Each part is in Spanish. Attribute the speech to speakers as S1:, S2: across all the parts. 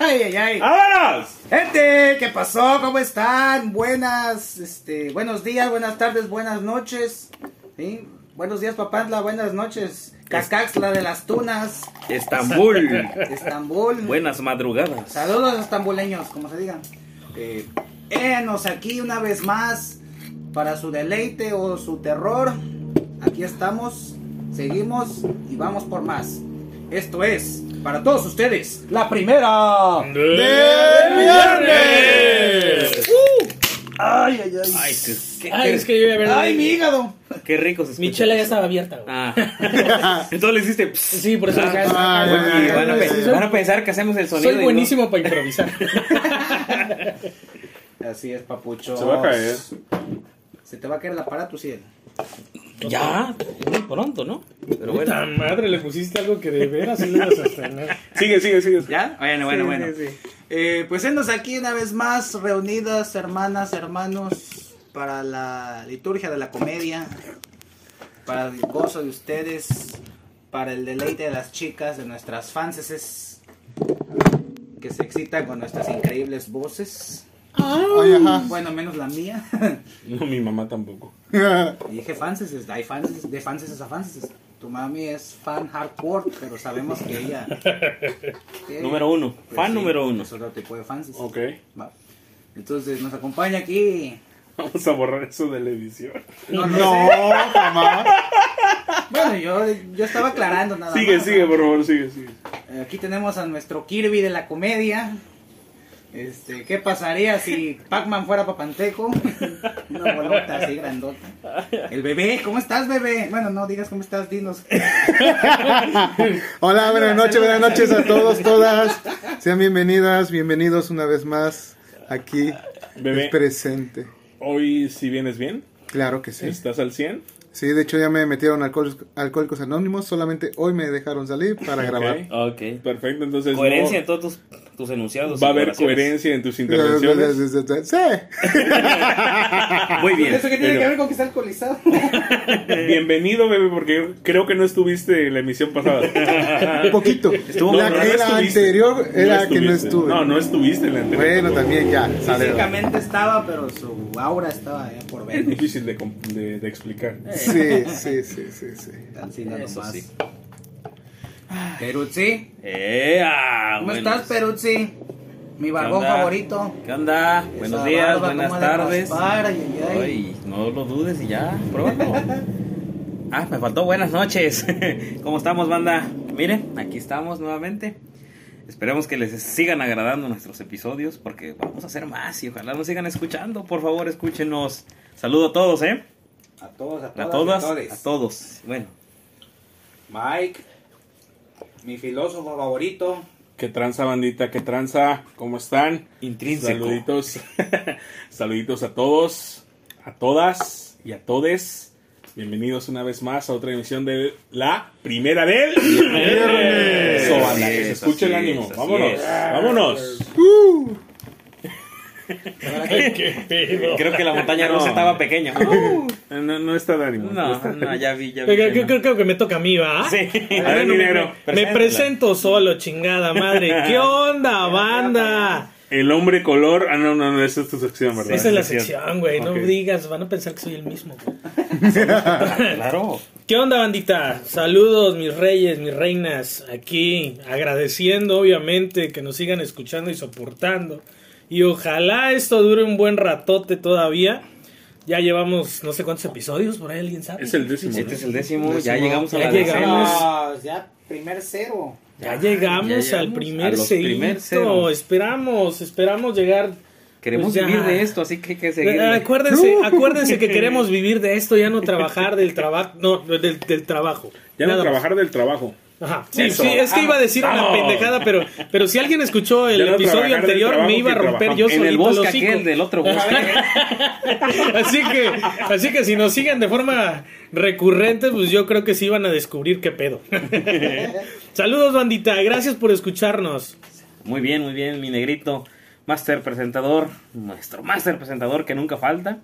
S1: Ay, ay, ay.
S2: ¡Vámonos!
S1: Gente, ¿qué pasó? ¿Cómo están? Buenas, este, buenos días, buenas tardes, buenas noches. ¿Sí? Buenos días, Papantla, buenas noches. Cascaxla de las Tunas,
S3: Estambul.
S1: Estambul.
S3: Buenas madrugadas.
S1: Saludos, estambuleños, como se digan. Eh, énos aquí una vez más para su deleite o su terror. Aquí estamos, seguimos y vamos por más. Esto es, para todos ustedes, la primera
S2: ¡Del viernes!
S1: Ay, ay, ay.
S3: Ay, qué, qué-
S4: Ay,
S3: qué-
S4: es que yo ya verdad.
S1: Ay, mi hígado.
S3: qué rico se Ah, escucha.
S4: Mi chela ya estaba abierta, güey.
S3: Ah. Entonces le hiciste. pss.
S4: Sí, por eso
S3: Ah,
S4: dije, ah,
S2: ah,
S4: güey,
S2: ya,
S3: Y
S2: ya,
S3: van, a,
S2: ya,
S3: pe-
S1: pues,
S4: soy-
S3: van a pensar que hacemos el sonido. y
S4: Soy
S3: no.
S4: buenísimo para improvisar.
S1: Así es, papucho.
S2: Se va a caer.
S1: Se te va a caer el aparato, sí.
S3: Ya, muy pronto, ¿no? Pero
S4: Puta
S3: bueno.
S4: madre, le pusiste algo que de veras sí le ibas a estrenar.
S2: Sigue, sigue, sigue.
S1: ¿Ya? Bueno, bueno,
S4: Sí,
S1: bueno.
S4: sí, sí.
S1: Eh, pues enos aquí una vez más, reunidas, hermanas, hermanos, para la liturgia de la comedia, para el gozo de ustedes, para el deleite de las chicas, de nuestras fanses que se excitan con nuestras increíbles voces.
S2: Ay, ajá.
S1: Bueno, menos la mía.
S2: No, mi mamá tampoco.
S1: Y dije fanses, hay fanses, de fanses a fanses. Tu mami es fan hardcore, pero sabemos que ella... que-
S3: Número uno.
S1: pues
S3: Fan
S1: sí,
S3: número uno.
S1: Es otro tipo de fanses.
S2: Ok.
S1: Va. Entonces nos acompaña aquí.
S2: Vamos a borrar eso de la edición.
S1: No, no
S5: No,
S1: sé.
S5: jamás.
S1: Bueno, yo, yo estaba aclarando nada
S2: Sigue,
S1: más.
S2: sigue, por favor, sigue, sigue.
S1: Eh, Aquí tenemos a nuestro Kirby de la comedia. Este, ¿qué pasaría si Pac-Man fuera papanteco? Una bolota así grandota. El bebé, ¿cómo estás, bebé? Bueno, no digas cómo estás, dinos.
S5: Hola, buenas noches, buenas noches a todos, todas. Sean bienvenidas, bienvenidos una vez más aquí
S2: Bebé.
S5: es presente.
S2: Hoy, si vienes bien,
S5: Claro que sí.
S2: estás al 100.
S5: Sí, de hecho ya me metieron alcohol- alcohólicos anónimos, solamente hoy me dejaron salir para
S2: Ah,
S5: grabar.
S3: Ok.
S2: Perfecto, entonces.
S3: Pues Coherencia en
S2: no-
S3: todos tus, tus enunciados.
S2: va a
S3: y
S2: haber
S3: oraciones.
S2: coherencia en tus intervenciones.
S5: Sí.
S3: Muy bien.
S1: ¿Eso qué tiene
S2: pero-
S1: que ver con que está alcoholizado?
S2: Bienvenido, bebé, porque creo que no estuviste en la emisión pasada.
S5: Un poquito.
S3: Estuvo-
S5: la
S3: no, no
S5: que la
S2: estuviste.
S5: anterior era
S2: No
S5: que no
S2: estuviste.
S5: estuve.
S2: No, no estuviste en la anterior.
S5: Bueno,
S2: tampoco.
S5: también ya. sale.
S1: Físicamente estaba, pero su aura estaba ya por
S2: Es
S1: ver.
S2: difícil de, com- de- de explicar.
S5: Sí, sí, sí, sí, sí.
S1: Así nada
S3: Eso
S1: más.
S3: sí.
S1: Peruzzi,
S3: Eh, ah,
S1: ¿cómo
S3: buenos-
S1: estás, Peruzzi? Mi
S3: ¿Qué
S1: barbón
S3: onda?
S1: favorito.
S3: ¿Qué onda? Buenos
S1: Esa
S3: días,
S1: barba,
S3: buenas
S1: cómo de
S3: tardes.
S1: raspar, ay, ay, ay.
S3: Ay, no lo dudes y ya, pruébalo. ah, me faltó buenas noches. ¿Cómo estamos, banda? Miren, aquí estamos nuevamente. Esperemos que les sigan agradando nuestros episodios porque vamos a hacer más y ojalá nos sigan escuchando. Por favor, escúchenos. Saludo a todos, ¿eh?
S1: A todos, a
S3: A
S1: todas,
S3: todas,
S1: a todes.
S3: a todos. Bueno,
S1: Mike, mi filósofo favorito.
S2: ¿Qué tranza, bandita? ¿Qué tranza? ¿Cómo están?
S3: intrínseco.
S2: Saluditos. Saluditos a todos, a todas y a todes. Bienvenidos una vez más a otra emisión de la primera del viernes.
S3: Así
S2: Sobala, que
S3: es,
S2: se escuche el
S3: así
S2: ánimo.
S3: es, así
S2: vámonos,
S3: es.
S2: vámonos.
S3: Creo que la montaña rusa
S2: No.
S3: estaba pequeña.
S2: No, no está de ánimo.
S3: No,
S2: está-
S3: no, ya vi, ya vi.
S4: Oiga, creo, creo- creo que me toca a mí, ¿va?
S3: Sí.
S2: Pues, A ver, mi negro.
S4: Me presento solo, chingada madre. ¿Qué onda, banda?
S2: El hombre color. Ah, no, no, no, esa es tu sección, ¿verdad?
S4: Esa es la
S2: Sí, cierto.
S4: sección, güey. No
S2: Ok.
S4: digas, van a pensar que soy el mismo. güey.
S3: Claro.
S4: ¿Qué onda, bandita? Saludos, mis reyes, mis reinas, aquí agradeciendo obviamente que nos sigan escuchando y soportando. Y ojalá esto dure un buen ratote todavía. Ya llevamos no sé cuántos episodios, por ahí alguien sabe.
S2: Es el décimo.
S3: Este
S2: ¿no?
S3: es el décimo, ya
S5: Décimo.
S3: llegamos a
S4: Ya
S3: la
S4: llegamos.
S3: decena.
S1: ya, primer cero.
S4: Ya llegamos,
S3: Ya llegamos
S4: al primer
S3: a los primer
S4: cero.
S3: cero.
S4: Esperamos, esperamos llegar.
S3: Queremos
S4: Pues ya.
S3: vivir de esto, así que hay que seguir.
S4: Eh, Acuérdense, acuérdense que queremos vivir de esto, ya no trabajar del trabajo, no, del, del trabajo.
S2: Ya no
S4: Nada más.
S2: trabajar del trabajo.
S4: Ajá. Sí,
S2: Eso.
S4: sí, es que iba a decir una
S2: Vamos.
S4: pendejada, pero, pero si alguien escuchó el
S2: Ya no trabajar
S4: episodio
S2: del
S4: anterior,
S2: trabajo
S4: me iba a
S2: que
S4: romper
S2: trabajamos.
S4: yo
S3: en
S4: solito
S3: el
S4: el
S3: bosque
S4: hocico.
S3: aquel del otro bosque.
S4: Así que, así que si nos siguen de forma recurrente, pues yo creo que sí van a descubrir qué pedo. Saludos, bandita, gracias por escucharnos.
S3: Muy bien, muy bien, mi negrito. Master presentador, nuestro master presentador que nunca falta,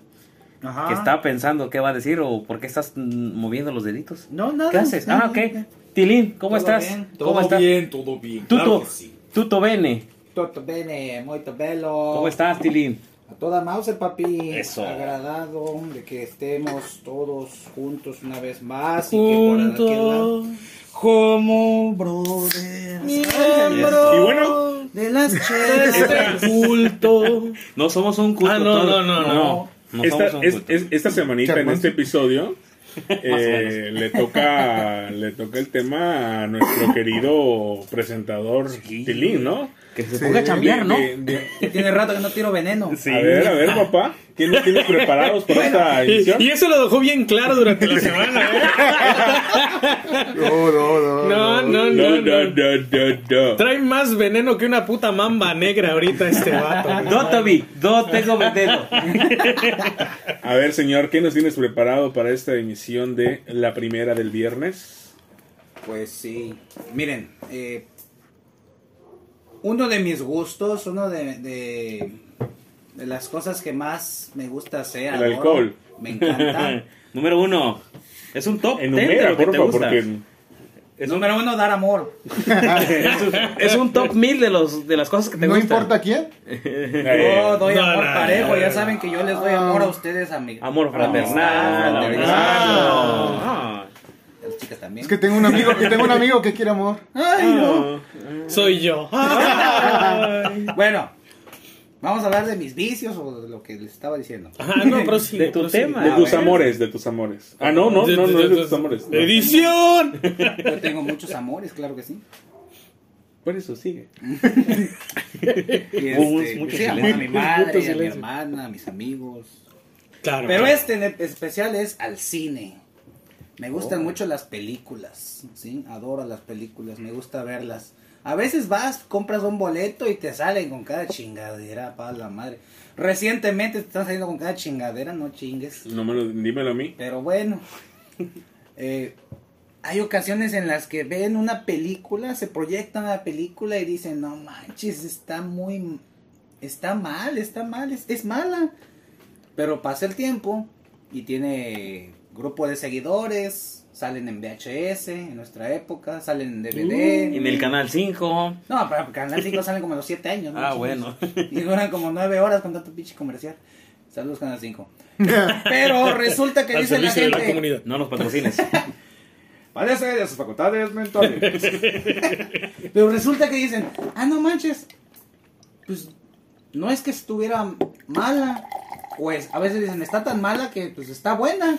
S1: Ajá.
S3: que está pensando qué va a decir o por qué estás mm, moviendo los deditos.
S1: No, nada.
S3: ¿Qué haces?
S1: nada,
S3: ah, ok.
S1: nada.
S3: Tilín,
S1: Todo
S3: ¿cómo estás?
S1: bien,
S3: ¿Cómo estás?
S6: bien, todo bien.
S3: Tuto,
S6: claro que sí.
S3: Tuto Bene,
S1: Toto bene, muy bello.
S3: ¿Cómo estás, Tilín?
S1: A toda Mauser, papi.
S3: Eso.
S1: Agradado de que estemos todos juntos una vez más. Y que por aquel lado-
S4: Juntos.
S1: Como brother.
S4: Miembro
S2: Y
S4: Oh.
S2: bueno,
S1: De las
S4: de este culto.
S3: No somos un culto.
S4: Ah, no,
S3: todos.
S4: no, no, no.
S3: no somos
S2: esta,
S3: un
S2: es-
S3: culto.
S2: es- esta semanita, en este
S5: Charmante.
S2: episodio, eh, le, toca, le toca el tema a nuestro querido presentador
S3: Sí.
S2: Tilín, ¿no?
S3: Que se
S5: Sí.
S3: ponga a chambear, ¿no?
S2: De- de-
S1: Tiene rato que no tiro veneno.
S3: Sí.
S2: A ver, a ver, papá, ¿qué nos tienes preparados para esta edición?
S4: Y, y eso lo dejó bien claro durante la semana, ¿eh?
S5: No, no, no.
S4: No,
S2: No,
S4: no, no.
S2: no,
S4: no.
S2: no, no, no.
S4: Trae más veneno que una puta mamba negra ahorita este vato.
S3: No, Toby, no tengo veneno.
S2: A ver, señor, ¿qué nos tienes preparado para esta emisión de la primera del viernes?
S1: Pues sí. Miren, eh, uno de mis gustos, uno de, de- de las cosas que más me gusta hacer.
S2: El
S1: adoro,
S2: alcohol.
S1: Me encanta.
S3: Número uno. Es un top. ten de
S2: Enumera,
S3: lo que
S2: porfa,
S3: te gusta.
S2: porque
S1: El número uno, dar amor.
S3: Es un, es un top mil de, los, de las cosas que te
S5: No
S3: gustan.
S5: importa quién.
S2: eh,
S1: Yo doy
S4: no,
S1: amor
S4: no,
S1: parejo.
S4: no,
S1: ya
S4: no.
S1: saben que yo les doy amor a ustedes, amigos.
S3: Amor fraternal.
S1: Ah,
S3: amor-
S4: ah.
S3: Ah.
S1: A las chicas también.
S5: Es que tengo un amigo que tengo un amigo que quiere amor.
S1: Ay, no.
S4: Soy yo. Ah, Ay.
S1: Bueno, vamos a hablar de mis vicios o de lo que les estaba diciendo.
S4: Ajá, no, prosigue,
S3: De tu
S4: prosigue.
S3: tema.
S2: de
S1: a
S2: tus
S1: ver.
S2: amores, de tus amores. Ah, no, no,
S4: De-
S2: no, no
S4: de-
S2: es de
S4: de-
S2: tus amores. No.
S4: ¡Edición!
S1: Yo tengo muchos amores, claro que sí.
S2: Por eso sigue.
S1: Y
S3: Hubo
S1: este,
S3: mucho
S1: sí, amor a
S3: silencio.
S1: mi madre,
S2: Mucho
S1: a mi
S2: silencio.
S1: hermana, a mis amigos.
S4: Claro.
S1: Pero este en especial es al cine. Me gustan mucho las películas, ¿sí? Adoro las películas, me gusta verlas. A veces vas, compras un boleto y te salen con cada chingadera, para la madre. Recientemente te están saliendo con cada chingadera, no chingues.
S2: No me lo, dímelo a mí.
S1: Pero bueno, eh, hay ocasiones en las que ven una película, se proyectan la película y dicen, no manches, está muy, está mal, está mal, es, es mala. Pero pasa el tiempo y tiene grupo de seguidores, salen en VHS en nuestra época, salen en DVD.
S3: Uh. En el canal 5.
S1: No, para Canal 5 salen como a los 7 años. ¿no?
S3: Ah,
S1: Chicos.
S3: bueno.
S1: Y duran como 9 horas con tanto pinche comercial. Saludos Canal 5. Pero resulta que
S4: Al
S1: dice la
S4: servicio de la
S1: gente...
S4: comunidad.
S3: No nos patrocines.
S1: Parece de sus facultades mentales. Pero resulta que dicen, ah, no manches, pues no es que estuviera mala. Pues a veces dicen, está tan mala que pues está buena.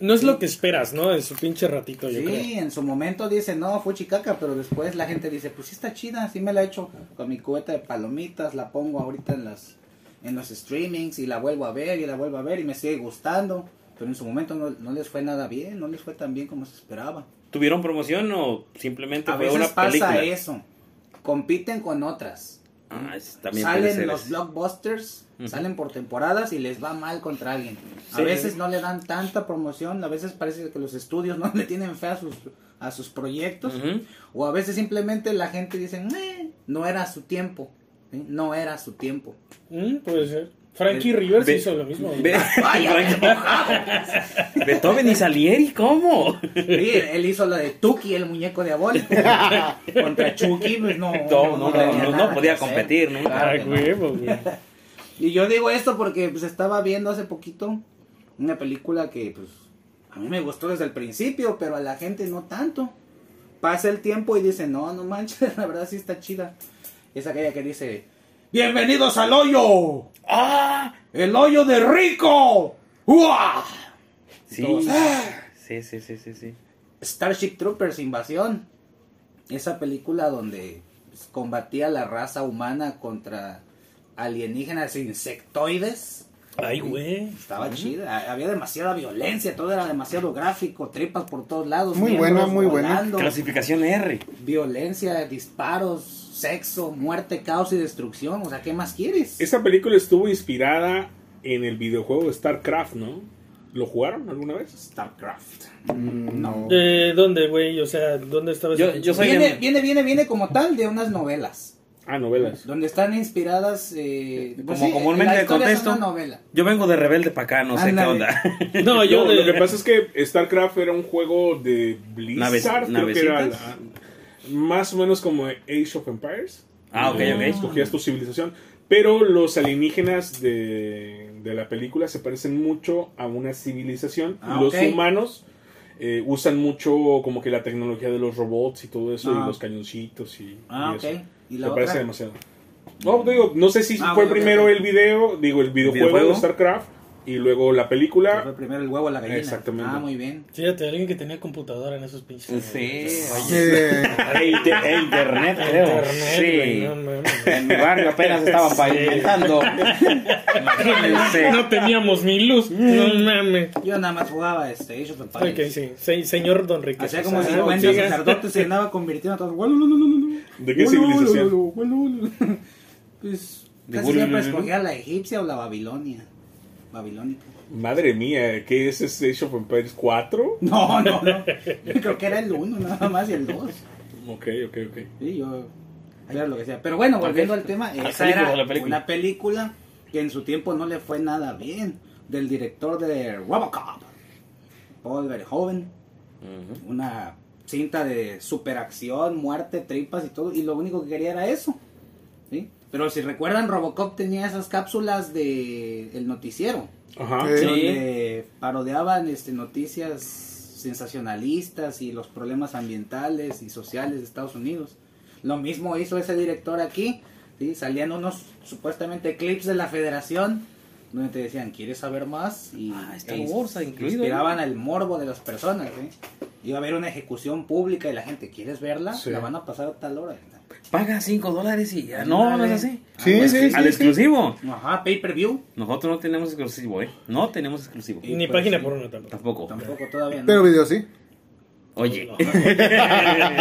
S4: No es lo que esperas, ¿no? En su pinche ratito, yo
S1: sí,
S4: creo.
S1: en su momento dicen, no, fue chicaca, pero después la gente dice, pues sí está chida, sí me la he hecho con mi cubeta de palomitas, la pongo ahorita en las en los streamings y la vuelvo a ver y la vuelvo a ver y me sigue gustando. Pero en su momento no, no les fue nada bien, no les fue tan bien como se esperaba.
S3: ¿Tuvieron promoción o simplemente
S1: A
S3: fue
S1: veces
S3: una
S1: pasa
S3: película?
S1: eso. Compiten con otras.
S3: Ah, es- también puede
S1: salen
S3: ser
S1: los
S3: eso.
S1: blockbusters,
S3: Ujú.
S1: salen por temporadas y les va mal contra alguien. A
S3: Sí.
S1: veces no le dan tanta promoción, a veces parece que los estudios no le tienen fe a sus, a sus proyectos.
S3: Ujú.
S1: O a veces simplemente la gente dice, "Meh, no era su tiempo. ¿sí? No era su tiempo.
S4: Mm, Puede ser. Frankie Rivers
S3: Ve-
S4: hizo lo mismo. güey.
S3: Be- Beethoven y Salieri, ¿cómo?
S1: Sí, él hizo la de Tuki, el muñeco diabólico. contra Chucky, pues no.
S3: No, no, no,
S1: tenía
S3: no, no
S1: nada que
S3: podía
S1: hacer.
S3: competir, ¿no?
S1: Claro
S4: Ah,
S1: que no.
S4: huevo, güey.
S1: Y yo digo esto porque pues estaba viendo hace poquito una película que pues a mí me gustó desde el principio, pero a la gente no tanto. Pasa el tiempo y dice, no, no manches, la verdad sí está chida. Es aquella que dice, bienvenidos al hoyo,
S3: ¡Ah!
S1: el hoyo de rico. ¡Uah!
S3: Sí.
S1: Todos, "Ah".
S3: Sí, sí, sí, sí, sí.
S1: Starship Troopers Invasión. Esa película donde pues, combatía la raza humana contra alienígenas insectoides.
S4: Ay, güey.
S1: Estaba chida, ha- había demasiada violencia, todo era demasiado gráfico, tripas por todos lados.
S5: Muy
S1: miembros
S5: buena, muy buena.
S1: volando,
S3: Clasificación R.
S1: Violencia, disparos, sexo, muerte, caos y destrucción. O sea, ¿qué más quieres?
S2: Esa película estuvo inspirada en el videojuego StarCraft, ¿no? ¿Lo jugaron alguna vez?
S1: StarCraft.
S5: No.
S4: ¿De Eh, dónde, güey? O sea, ¿dónde estabas?
S3: Yo- yo soy-
S1: Viene,
S3: en-
S1: viene, viene, viene como tal de unas novelas,
S2: Ah, novelas.
S1: donde están inspiradas... eh, pues
S3: Como
S1: sí,
S3: comúnmente
S1: la
S3: el
S1: historia es
S3: contexto.
S1: una novela.
S3: Yo vengo de rebelde para acá, no sé
S1: Ándale.
S3: qué onda.
S4: No, yo
S2: No,
S4: de...
S2: Lo que pasa es que StarCraft era un juego de Blizzard,
S3: Naves-
S2: creo que era
S3: navecitas.
S2: la- más o menos como Age of Empires.
S3: Ah, ok,
S2: Eh,
S3: ok.
S2: Escogías tu civilización. Pero los alienígenas de, de la película se parecen mucho a una civilización.
S1: Ah,
S2: los
S1: ok.
S2: humanos eh, usan mucho como que la tecnología de los robots y todo eso,
S1: Ah.
S2: y los cañoncitos y,
S1: Ah,
S2: y
S1: ok.
S2: eso.
S1: ¿Y
S2: Me
S1: la
S2: parece
S1: otra?
S2: demasiado. No, digo, no sé si
S1: Ah,
S2: fue
S1: bueno, ok,
S2: primero
S1: ok.
S2: el video, digo, el videojuego,
S3: ¿Videojuego?
S2: de StarCraft y luego la
S1: Que Fue
S2: película.
S1: primero el huevo a la gallina.
S2: Exactamente.
S1: Ah, muy bien.
S4: Fíjate, alguien que tenía computadora en esos pinches.
S3: Sí.
S5: Eh,
S3: E inter- e internet, creo.
S4: Internet, güey, no
S3: sí.
S4: mames.
S3: En mi barrio apenas estaban pavimentando. Imagínense.
S4: No teníamos ni luz. No
S2: Mm.
S4: mames.
S1: Yo nada más jugaba este Age of Empires.
S4: Ok, sí. Se- señor Don Ricardo.
S1: Hacía como
S4: Ah,
S1: 50
S4: siga.
S1: sacerdotes se andaba convirtiendo a todos.
S2: ¿De qué
S1: civilización? Pues
S3: De
S1: casi siempre
S3: Wolulululu.
S1: escogía la egipcia o la babilonia. Babilónica.
S2: Madre mía, ¿qué es ese Age of Empires 4?
S1: No, no, no. Yo creo que era el 1 nada más y el 2.
S2: Ok, ok, ok.
S1: Sí, yo. Era lo que sea. Pero bueno, volviendo al tema, esa
S3: películas,
S1: era
S3: a la película.
S1: una película que en su tiempo no le fue nada bien. Del director de Robocop, Paul Verhoeven. Una cinta de superacción, muerte, tripas y todo. Y lo único que quería era eso. ¿sí? Pero si recuerdan, Robocop tenía esas cápsulas de el noticiero.
S2: Ajá.
S5: Sí.
S1: Donde parodiaban este, noticias sensacionalistas y los problemas ambientales y sociales de Estados Unidos. Lo mismo hizo ese director aquí. ¿sí? Salían unos supuestamente clips de la federación donde te decían, ¿quieres saber más? Y
S3: Ah, Star
S1: e ins-
S3: Wars, incluido,
S1: inspiraban al morbo de las personas. ¿sí? Iba a haber una ejecución pública y la gente, ¿quieres verla?
S2: Sí.
S1: La van a pasar a tal hora.
S3: Paga 5 dólares y ya. No, no es así.
S5: Sí,
S1: Ah,
S5: sí,
S1: pues,
S3: Al exclusivo.
S1: Ajá, pay per view.
S3: Nosotros no tenemos exclusivo, ¿eh? No tenemos exclusivo.
S1: Y
S4: Ni
S1: pues,
S4: página
S1: sí.
S4: por uno tampoco.
S3: Tampoco.
S1: Tampoco todavía. ¿no?
S5: pero video sí.
S3: Oye.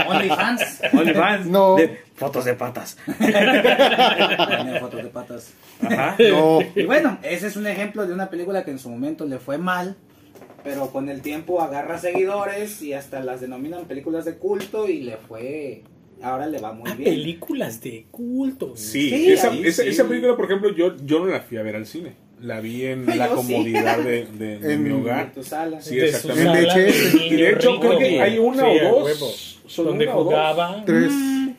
S1: OnlyFans.
S3: OnlyFans.
S5: No.
S3: de fotos de patas.
S1: Tiene fotos de patas.
S3: Ajá.
S5: No.
S1: Y bueno, ese es un ejemplo de una película que en su momento le fue mal, pero con el tiempo agarra seguidores y hasta las denominan películas de culto y le fue, ahora le va muy bien.
S4: Ah, Películas de culto.
S2: Sí,
S1: Sí,
S2: esa,
S1: ahí
S2: esa,
S1: sí.
S2: esa película, por ejemplo, yo, yo no la fui a ver al cine. La vi en
S1: Yo
S2: la
S1: sí.
S2: comodidad de, de- de
S5: En-
S2: mi
S1: En
S2: hogar.
S1: tu sala.
S2: Sí,
S4: de su
S2: exactamente.
S4: sala
S5: En
S4: de
S5: VHS.
S4: niño
S2: Y de hecho,
S4: rico,
S2: creo que
S4: güey.
S2: hay una
S4: Sí,
S2: o
S4: a
S2: dos.
S4: huevo.
S2: Son
S4: donde
S2: una o dos.
S4: jugaba.
S5: Tres.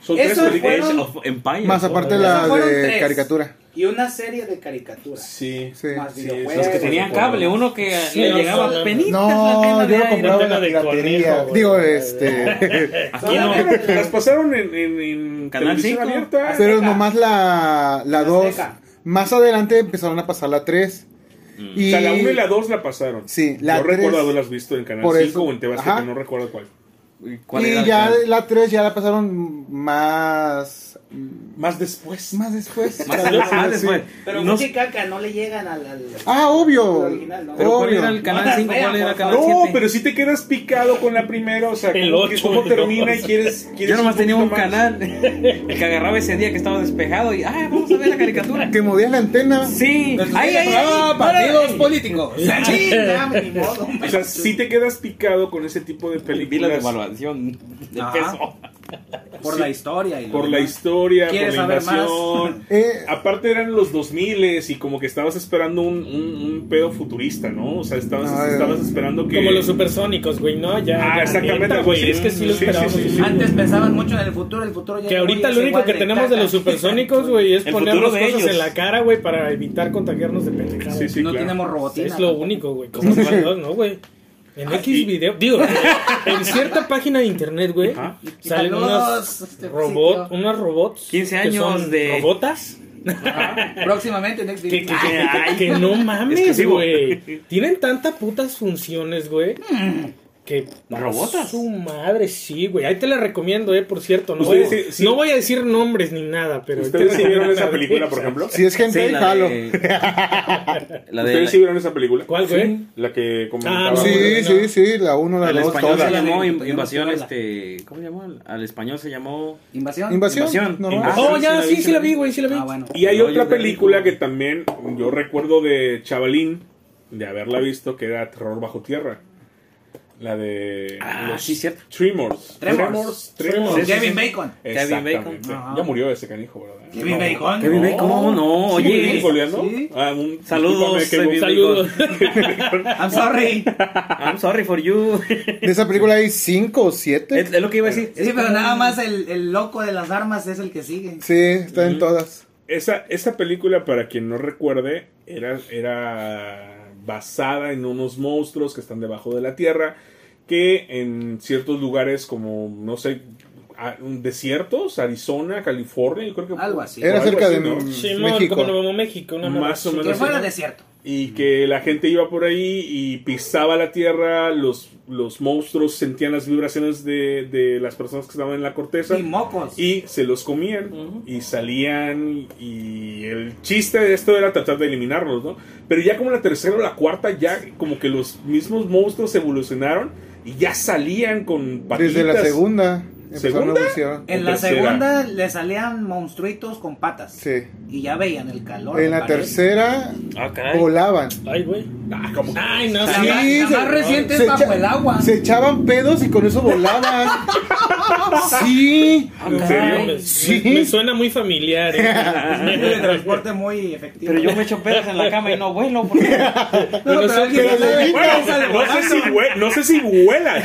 S2: Son tres
S1: Esos
S2: películas.
S3: Age
S1: fueron-
S3: of Empires.
S5: Más aparte
S4: Esas
S5: la
S1: Mm. fueron
S5: de
S1: tres.
S5: caricatura.
S1: Y una serie de caricaturas.
S2: Sí.
S5: Sí.
S1: Más
S2: sí,
S1: videojuegos.
S2: esos
S3: Los que tenían cable, uno que
S4: Sí,
S3: le
S4: no,
S3: llegaba
S4: no, no.
S3: penitas la
S5: No,
S3: antena
S5: yo
S3: de
S5: lo
S3: aire.
S5: compraba en la
S4: de
S5: piratería.
S4: conejo, güey.
S5: Digo, este.
S3: Aquí Ah, no.
S1: Solamente
S2: Las pasaron en, en, en
S3: Canal
S2: televisión
S3: cinco.
S2: abierta.
S5: Ah, Pero nomás la la
S1: Azteca.
S5: 2. Más adelante empezaron a pasar la 3.
S2: O
S3: Mm.
S5: Y
S2: sea, la 1 y la 2 la pasaron.
S5: Sí, la
S2: no
S5: tres.
S2: recuerdo haberlas visto en Canal
S5: Por
S2: 5
S5: eso.
S2: o en Tebasca,
S5: Ajá.
S2: que no recuerdo cuál.
S3: ¿Cuál
S5: y
S3: era el
S5: ya
S3: canal?
S5: la 3 ya la pasaron más
S2: Más después.
S5: más después.
S3: Más,
S5: Tal vez,
S3: más
S5: sí.
S3: después.
S1: Pero
S3: No-
S1: mucha caca, no le llegan al... al-
S5: Ah, obvio.
S1: al original, ¿no?
S3: pero ¿cuál
S5: obvio.
S3: era el canal 5? ¿Cuál era el canal
S2: No,
S3: 7?
S2: pero si te quedas picado con la primera, o sea,
S4: El
S2: como que
S4: ocho,
S2: cómo
S4: el
S2: termina y
S4: dos.
S2: quieres, quieres
S3: Yo nomás tenía un
S2: poquito más.
S3: canal. El que agarraba ese día que estaba despejado y, ah, vamos a ver la caricatura.
S5: Que movías la antena.
S3: Sí,
S1: Entonces,
S3: ahí, ahí,
S1: ah,
S3: ahí.
S1: partidos
S4: eh,
S3: Órale.
S1: políticos. Sí, ya, ni modo.
S2: O sea, si te quedas picado con ese tipo de
S3: Vi la
S2: películas
S3: devaluación de
S1: Ajá.
S3: peso.
S1: Por la historia. Y lo
S2: por la
S1: demás.
S2: historia, por
S1: ¿Quieres
S2: la
S1: saber más?
S2: invasión.
S5: Eh,
S2: Aparte eran los 2000 y como que estabas esperando un, un- un pedo futurista, ¿no? O sea, estabas,
S5: Ah,
S2: estabas esperando que...
S4: Como los supersónicos, güey, ¿no? Ya,
S2: Ah,
S4: ya,
S2: exactamente,
S4: neta,
S2: güey.
S4: güey. Es que sí lo
S2: Sí, sí,
S4: esperábamos.
S2: sí, sí.
S1: Antes pensaban mucho en el futuro, el futuro ya
S4: Que ahorita
S1: es
S4: lo único
S1: igual
S4: que
S1: de
S4: tenemos de
S1: caca.
S4: los supersónicos, güey, es
S3: El
S4: ponernos
S3: futuro de
S4: cosas
S3: ellos.
S4: en la cara, güey, para evitar contagiarnos de pendejadas.
S2: Sí, sí,
S1: no
S2: claro.
S1: tenemos robotina.
S4: Es lo único, güey. Como son dos, ¿no, güey? En
S2: Ah,
S4: X
S2: y-
S4: video, digo, en cierta página de internet, güey,
S2: Ajá.
S4: salen
S1: Saludos,
S4: unas
S1: este
S4: robot,
S1: sitio.
S4: unas robots.
S3: 15
S4: que son
S3: años de-
S4: robotas.
S1: Próximamente Next
S4: Que, que-
S1: Video.
S4: que-
S3: Ay.
S4: que no mames,
S3: Exclusivo.
S4: güey. Tienen tantas putas funciones, güey. Que
S3: ¿Robotas?
S4: su madre, sí, güey. Ahí te la recomiendo, eh, por cierto. No, voy,
S2: Ustedes sí- sí.
S4: no voy a decir nombres ni nada, pero.
S2: ¿Ustedes sí vieron esa
S4: Madre.
S2: película, por ejemplo?
S5: si es gente,
S3: Sí, la
S5: jalo.
S3: de... La de...
S2: ¿Ustedes sí vieron esa película?
S4: ¿Cuál, güey?
S2: La que comentaba...
S4: Ah,
S5: Sí,
S4: bueno,
S5: sí,
S4: no.
S5: sí, la 1, la
S3: Al
S5: 2,
S3: español se
S5: todas.
S3: llamó
S1: Yo no
S3: in-
S1: quiero
S3: invasión,
S1: verla.
S3: este... ¿Cómo se llamó? Al español se llamó...
S1: ¿Invasión?
S5: Invasión,
S3: Invasión.
S5: normal.
S3: Ah,
S4: Oh,
S3: sí, sí la
S4: ya, sí,
S3: vi,
S4: sí la vi,
S3: vi.
S4: güey, sí la vi.
S1: Ah, bueno.
S2: Y hay
S3: No, yo
S2: otra
S3: la
S2: película
S3: vi.
S2: que también yo recuerdo de Chavalín, de haberla visto, que era Terror bajo tierra. La de.
S3: Ah, sí, cierto.
S2: Tremors.
S1: Tremors.
S2: Tremors.
S4: Sí, sí,
S1: Kevin
S4: sí.
S1: Bacon.
S2: Exactamente.
S3: Kevin
S1: Bacon. Ajá.
S2: Ya murió ese canijo, ¿verdad?
S1: Kevin Bacon.
S3: Kevin Bacon. ¿Cómo no?
S2: ¿Sí
S3: Oye.
S2: murió goleando?
S1: Sí.
S2: Ah, un-
S3: Saludos,
S2: discúlpame, Kevin
S3: Kevin
S4: Saludos.
S1: I'm sorry.
S3: I'm sorry for you.
S5: De esa película hay cinco o siete.
S3: es, es lo que iba a decir.
S1: Sí, pero nada más el, el loco de las armas es el que sigue.
S5: Sí, está
S1: Mm,
S5: en todas.
S2: Esa, esa película, para quien no recuerde, era, era basada en unos monstruos que están debajo de la tierra, que en ciertos lugares como, no sé, a- desiertos, Arizona, California, yo creo que...
S1: Algo así.
S5: Era
S2: algo
S5: cerca
S2: así,
S5: de
S2: ¿no?
S4: Simón,
S5: México.
S4: como Nuevo México, una madre
S2: mm, Más o
S4: así.
S2: menos.
S1: Que fuera
S2: ¿no?
S1: desierto.
S2: Y que la gente iba por ahí y pisaba la tierra, los, los monstruos sentían las vibraciones de, de las personas que estaban en la corteza.
S1: Y mocos.
S2: Y se los comían y salían y el chiste de esto era tratar de eliminarlos, ¿no? Pero ya como la tercera o la cuarta ya como que los mismos monstruos evolucionaron y ya salían con patitas.
S5: Desde la segunda. Empezaron
S2: ¿Segunda?
S5: a evolucionar.
S1: En la
S2: tercera.
S1: segunda le salían monstruitos con patas.
S5: Sí.
S1: Y ya veían el calor.
S5: En
S1: me
S5: la
S1: parece.
S5: tercera
S3: Ah, caray.
S5: volaban.
S4: Ay, güey.
S2: Ah, como que-
S4: Ay, no,
S1: La
S4: sí.
S1: más- la más reciente es bajo
S5: echa-
S1: el agua.
S5: Se echaban pedos y con eso volaban. sí.
S2: ¿En
S4: Ay,
S2: serio?
S4: me-
S5: Sí.
S4: me, me suena muy familiar. ¿eh?
S1: Es un medio de transporte muy efectivo.
S3: Pero yo me echo pedos en la cama y no vuelo. porque-
S1: No, pero
S4: son-
S1: alguien
S3: Ah,
S5: pero
S1: sale-
S5: de-
S1: alguien sale
S2: Bueno, no sé si,
S1: volando.
S2: vue- no sé si vuelas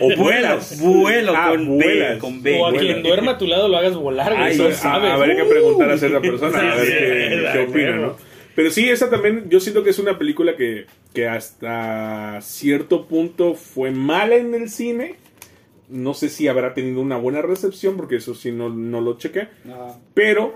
S2: o vuelas.
S3: Vuelo
S2: Ah,
S3: con
S2: vuelas.
S3: B. Con B.
S4: o a
S2: bueno.
S4: quien duerma a tu lado lo hagas volar, güey.
S2: Ay,
S4: Eso
S2: a-
S4: sabes.
S2: a- habría que preguntar a cierta persona
S4: Sí,
S2: a ver
S4: sí,
S2: qué,
S4: la
S2: qué opina,
S4: huevo.
S2: ¿no? Pero sí, esa también, yo siento que es una película que, que hasta cierto punto fue mala en el cine. No sé si habrá tenido una buena recepción, porque eso sí no, no lo chequé. Pero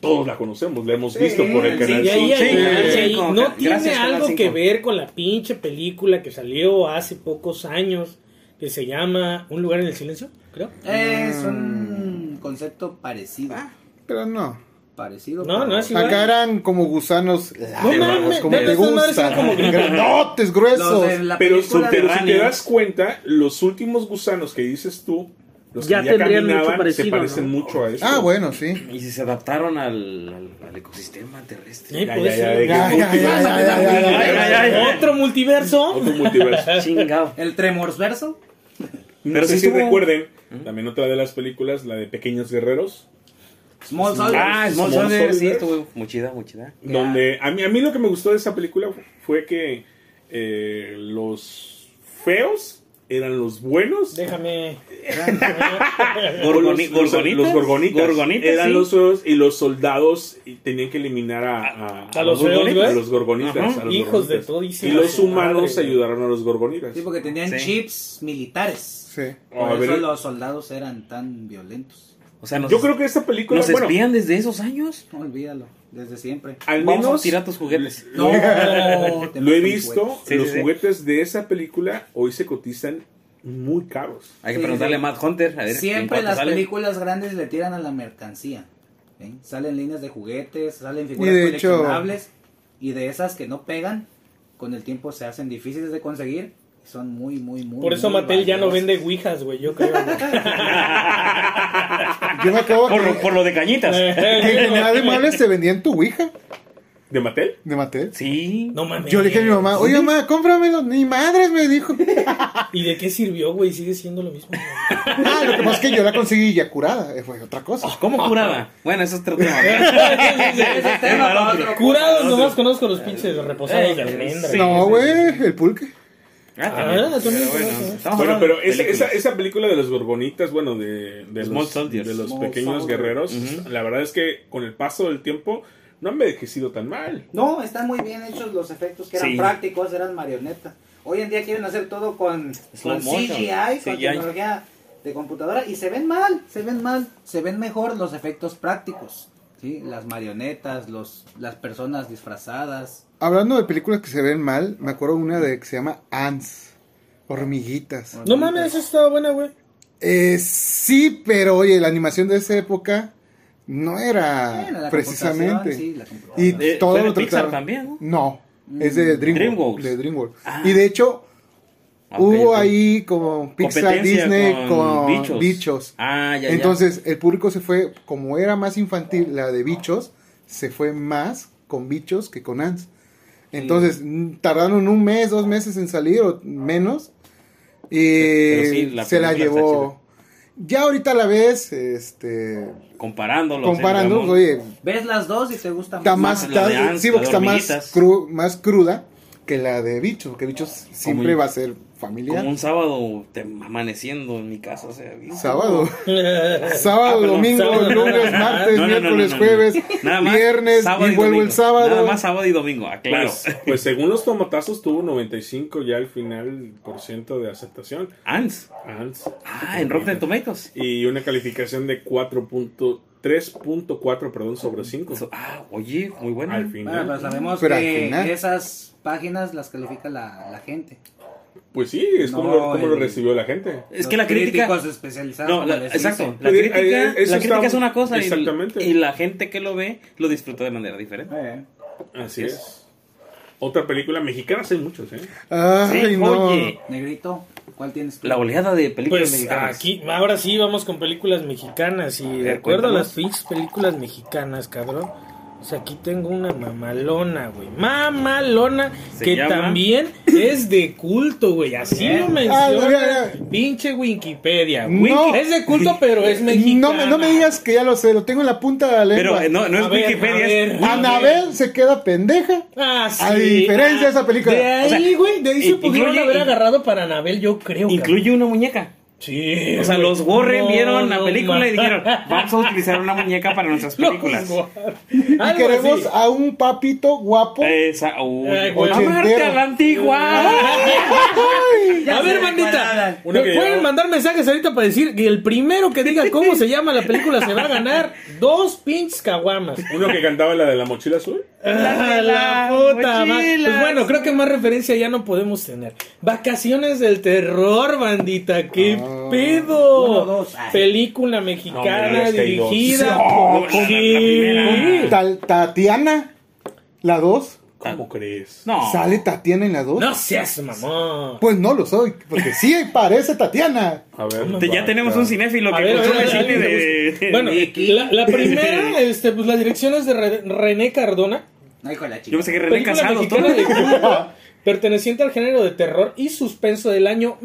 S2: todos la conocemos, la hemos visto por el
S1: sí,
S2: canal.
S4: Y ahí,
S3: Sí,
S4: ahí,
S3: sí,
S4: ahí,
S3: como
S4: no
S3: que-
S4: tiene
S3: gracias, Canal
S4: algo
S3: cinco.
S4: que ver con la pinche película que salió hace pocos años que se llama Un lugar en el silencio, creo.
S1: Es un concepto parecido.
S5: Pero no.
S1: Parecido.
S4: No,
S1: pero-
S4: no es
S5: Acá eran como gusanos largos,
S4: mames,
S5: como
S4: de
S5: te
S4: esas madres
S5: gustan.
S4: eran como grandes.
S5: Grandotes,
S1: Los
S5: gruesos.
S1: de la
S2: Pero,
S1: película de-
S2: su- pero si te
S3: subterráneos.
S2: das cuenta, los últimos gusanos que dices tú, los que
S6: Ya
S2: ya,
S6: tendrían mucho
S2: caminaban, se
S6: parecido,
S2: parecen
S6: ¿no?
S2: mucho a eso.
S5: Ah, bueno, sí.
S3: Y si se adaptaron al, al- al ecosistema terrestre.
S4: Eh,
S2: Ya,
S4: puede
S2: ya, ya,
S4: ser.
S2: ya,
S5: Ya, ya, ya, ya, ya, ya, ya, ya.
S3: Ay, ay, ay.
S4: Otro multiverso.
S2: Otro multiverso.
S3: Chingado.
S1: El tremorsverso.
S2: No
S3: Pero
S2: sé
S3: sí
S2: si
S3: estuvo-
S2: recuerden, también otra de las películas, la de Pequeños Guerreros,
S1: Small Soldiers.
S3: Ah, Small
S2: Small
S3: Soldier. Sí,
S2: Soldier.
S3: estuvo muy chida, muy chida.
S2: donde a mí, a mí lo que me gustó de esa película fue que eh, los feos eran los buenos.
S4: Déjame.
S3: Gorgoni-
S2: Los- los-
S3: gorgonitas.
S2: Los gorgonitas.
S3: Gorgonitas,
S2: eran
S3: sí.
S2: los feos y los soldados y tenían que eliminar a, a,
S4: A los feos,
S2: gorgonitas,
S4: ¿ves?
S2: a los gorgonitas.
S3: Ajá.
S2: a los
S4: Hijos
S2: gorgonitas.
S4: de todísima
S2: Y los
S4: su madre,
S2: humanos
S4: güey.
S2: ayudaron a los gorgonitas.
S1: Sí, porque tenían
S3: Sí.
S1: chips militares.
S5: Sí.
S2: A
S1: Por
S2: ver,
S1: eso los soldados eran tan violentos.
S3: O sea, nos,
S2: Yo creo que esta película,
S3: nos
S2: bueno,
S3: espían desde esos años.
S1: No, olvídalo, desde siempre.
S2: al
S3: Vamos
S2: menos
S3: a tirar tus juguetes.
S1: No, te
S2: Lo he
S1: meten
S2: visto,
S1: huevos.
S3: Sí,
S2: los
S3: sí, sí.
S2: juguetes de esa película hoy se cotizan muy caros.
S3: Hay que
S1: Sí,
S3: preguntarle
S1: sí.
S3: a Matt Hunter. A ver, ¿en
S1: Siempre
S3: cuánto
S1: las
S3: sale?
S1: películas grandes le tiran a la mercancía. ¿eh? Salen líneas de juguetes, salen
S5: Y
S1: figuras
S5: de hecho-
S1: coleccionables y de esas que no pegan, con el tiempo se hacen difíciles de conseguir. Son muy, muy, muy.
S4: Por eso
S1: muy
S4: Mattel ya no
S1: valiosas.
S4: vende ouijas, güey, yo creo. güey.
S1: Ah,
S5: Yo me acabo
S3: Por lo,
S5: que,
S3: por lo de cañitas.
S1: Eh.
S5: que en Ademales se vendían tu Ouija
S2: ¿De Mattel?
S5: de Mattel.
S3: Sí.
S4: No mames.
S5: Yo le dije a mi mamá, oye mamá, cómpramelo. Ni madres me dijo.
S4: ¿Y de qué sirvió, güey? Sigue siendo lo mismo. güey.
S5: Ah, lo que pasa es que yo la conseguí ya curada. eh, Fue otra cosa.
S3: Ah, ¿Cómo curada? bueno, eso es otro tema. ¿verdad?
S1: Ese es tema para otro
S4: Curados nomás conozco los pinches reposados de almendra.
S3: sí.
S4: güey.
S5: no, güey, el pulque.
S3: Ah,
S4: Ah,
S3: también.
S4: tú mismo,
S3: Pero bueno,
S4: ¿no?
S3: estamos
S1: ah,
S2: bueno,
S3: hablando
S2: pero
S3: de
S2: esa, esa,
S3: películas.
S2: esa película de los gorgonitas, bueno, de, de
S3: Small
S2: los,
S3: Soldiers.
S2: de los
S1: Small
S2: pequeños
S1: Soldiers.
S2: guerreros, la verdad es que con el paso del tiempo no han envejecido tan mal.
S1: No, están muy bien hechos los efectos que eran
S3: Sí.
S1: prácticos, eran marionetas. Hoy en día quieren hacer todo con,
S3: Slow
S1: con
S3: motion.
S1: CGI, con
S3: CGI.
S1: tecnología de computadora y se ven mal, se ven mal, se ven mejor los efectos prácticos. ¿sí? Las marionetas, los, las personas disfrazadas.
S5: Hablando de películas que se ven mal, me acuerdo una de que se llama Ants. Hormiguitas.
S4: No mames, esa estaba buena, güey.
S5: Eh, sí, pero oye, la animación de esa época no era
S1: Bueno, la
S5: Ah, precisamente.
S1: computación, sí, la computadora.
S5: Y
S3: De-
S5: todo
S3: fue de
S5: lo
S3: eh, Pixar
S5: trataron-
S3: también, ¿no?
S5: No, es de DreamWorks.
S3: DreamWorks.
S5: De DreamWorks.
S3: Mm. Ah.
S5: Y de hecho,
S3: Ah, ok,
S5: hubo
S3: ok.
S5: ahí como Pixar
S3: Competencia
S5: Disney con, bichos.
S3: Ah, ya, ya.
S5: Entonces, el público se fue, como era más infantil la de bichos, se fue más con bichos que con ants. Entonces, mm, tardaron un mes, dos meses en salir o menos. Y
S3: Pero sí, la
S5: se la
S3: película está
S5: llevó. Ya ahorita la ves, este,
S3: Comparándolo.
S5: comparando, oye,
S1: Ves las dos y te gusta
S5: está más,
S1: más.
S3: la de
S5: está-
S3: Ants,
S5: sí, porque
S3: la
S5: está
S3: de
S5: más,
S3: hormiguitas.
S5: cru- más cruda que la de Bichos, porque Bichos siempre va a ser familiar.
S3: Como un sábado te- amaneciendo en mi casa. O sea, bien-
S5: Sábado, sábado,
S3: Ah, perdón,
S5: domingo,
S4: sábado.
S5: lunes, martes,
S3: No, no, no, no,
S5: miércoles,
S3: no, no.
S5: jueves,
S3: Nada más
S5: viernes
S3: sábado
S5: y vuelvo el
S3: domingo. Nada
S5: sábado.
S3: más sábado y domingo, ah, aclaro.
S2: Pues, pues según los tomatazos tuvo 95 ya al final por ciento de aceptación.
S3: Ants.
S2: Ants.
S3: Ah, en Rotten Tomatoes.
S2: Y una calificación de 4.3.4, perdón, sobre 5.
S3: Eso- Ah, oye, muy bueno.
S2: Al
S1: Bueno, pero
S2: final.
S1: sabemos
S5: Pero al
S1: que
S5: final.
S1: esas páginas las califica la, la gente.
S2: Pues sí, es como,
S1: No,
S2: lo, como lo
S1: el-
S2: recibió la gente.
S3: Es
S1: Los
S3: que la crítica.
S1: Críticos especializados.
S3: No,
S1: como
S3: la-
S1: les
S3: exacto.
S1: dicen.
S3: La
S2: Eh, eh,
S3: crítica, la
S2: eso
S3: crítica
S2: está-
S3: es una cosa y,
S2: exactamente.
S3: y la gente que lo ve lo disfruta de manera diferente.
S1: Eh,
S2: Así es. Otra película mexicana, sí hay muchos, ¿eh?
S5: Ay,
S3: Sí,
S5: no.
S3: Oye,
S1: Negrito, ¿cuál tienes tú?
S3: la oleada de películas
S4: Pues
S3: mexicanas.
S4: aquí, ahora sí vamos con películas mexicanas. Y
S3: ver,
S4: de acuerdo a
S3: cuéntanos.
S4: las pinches películas mexicanas, cabrón. O sea, aquí tengo una mamalona, güey. Mamalona,
S3: Se
S4: que
S3: llama-
S4: también es de culto, güey. Así lo
S5: Ah,
S4: menciona.
S5: ya, ya.
S4: pinche Wikipedia.
S5: No.
S4: Wiki- Es de culto, pero es mexicana.
S5: No me, no me digas que ya lo sé, lo tengo en la punta de la
S3: Pero
S5: lengua.
S3: eh, no, no es
S4: pues, A ver,
S3: Wikipedia.
S4: a ver.
S3: es-
S5: Anabel se queda pendeja.
S4: Ah, sí.
S5: A diferencia de esa película.
S4: De
S3: O sea,
S4: ahí, güey. De ahí se
S3: in-
S4: pudieron
S3: incluye-
S4: haber
S3: in-
S4: agarrado para Anabel, yo creo. cabrón.
S3: Incluye una muñeca.
S4: Sí.
S3: O sea,
S4: güey.
S3: los Warren
S4: No,
S3: vieron la
S4: no,
S3: película y
S4: ma-
S3: dijeron, vamos a utilizar una muñeca para nuestras
S4: Los
S3: películas.
S4: Warren.
S5: Y
S4: Algo
S5: queremos
S4: así.
S5: a un papito guapo.
S3: Eh, Esa, uy,
S4: Ay, güey.
S3: amarte a la antigua.
S1: Ya
S4: a
S1: se
S4: ver,
S1: recuerdan.
S4: bandita,
S2: Una que
S4: ¿me pueden
S2: yo-
S4: mandar mensajes ahorita para decir que el primero que diga cómo se llama la película se va a ganar dos pinches caguamas.
S2: Uno que cantaba la de la mochila azul.
S4: Ah, la puta madre. Pues bueno, creo que más referencia ya no podemos tener. Vacaciones del terror, bandita. ¡Qué pedo!
S1: Uno, dos, ay.
S4: Película
S2: No me
S4: mexicana
S2: digas que hay dos.
S4: dirigida
S3: No,
S4: por.
S3: la- la
S4: Sí.
S3: primera.
S5: Tal- Tatiana, la 2.
S2: ¿Cómo crees?
S3: No.
S5: ¿Sale Tatiana en la 2?
S4: No seas mamón.
S5: Pues no lo soy, porque sí parece Tatiana.
S2: A ver.
S3: Te- ya
S2: va,
S3: tenemos
S2: va.
S3: un cinéfilo
S4: A
S3: que
S4: ver, a ver,
S3: consume
S4: a ver,
S3: cine
S4: a ver,
S3: de...
S4: Bueno,
S1: Mickey.
S4: la, la primera, este, pues la dirección es de Re- René Cardona.
S1: No, hijo de la chica.
S3: Yo pensé que René
S4: película
S3: Casado.
S4: mexicana
S3: todo.
S4: de culto, perteneciente al género de terror y suspenso del año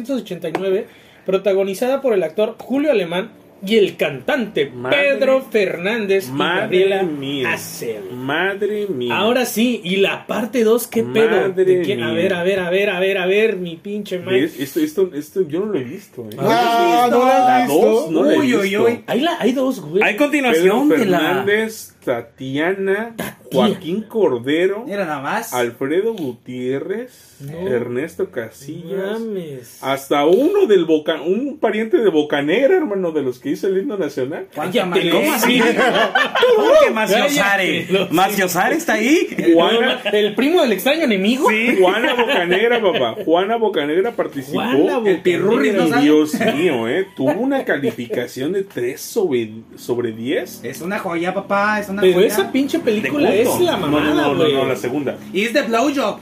S4: 1989, protagonizada por el actor Julio Alemán y el cantante
S2: Madre-
S4: Pedro Fernández y
S2: Madre
S4: Gabriela
S2: mía.
S4: Acel.
S2: Madre mía.
S4: Ahora sí, y la parte 2, ¿qué pedo?
S2: Madre
S4: ¿De quién? A
S2: mía.
S4: ver, a ver, a ver, a ver, a ver, mi pinche madre.
S2: ¿Ves? Esto, esto, esto yo no lo he visto, ¿eh?
S5: Ah, no la has
S2: La dos,
S5: visto.
S2: no la he
S1: Uy, uy,
S2: visto.
S1: uy.
S4: Hay, la, hay dos, güey.
S3: Hay
S2: Pedro
S3: continuación de la...
S2: Fernández, Tatiana, Joaquín Cordero,
S1: Mira nada más.
S2: Alfredo Gutiérrez, Ernesto Casillas.
S4: Mames.
S2: Hasta uno del Boca, un pariente de Bocanera, hermano, de los que hizo el himno nacional.
S1: Juanca
S4: Cállate,
S1: Manuel.
S3: ¿Cómo así? ¿Cómo que Maciosare?
S4: Cállate, no.
S3: ¿Maciosare está ahí?
S2: Juana,
S4: ¿El primo del extraño enemigo?
S2: sí, Juana Bocanera, papá. Juana Bocanera participó.
S4: Juana Bocanera.
S1: El pirurri no sale.
S2: Dios mío, eh. Tuvo una calificación de 3 sobre, sobre 10.
S1: Es una joya, papá. Es una
S4: Pero
S1: joya.
S4: esa pinche película
S2: De
S4: es
S2: culto.
S4: la mamada,
S2: No, no, no,
S4: güey.
S2: no, no, la segunda.
S1: Y es de blowjob.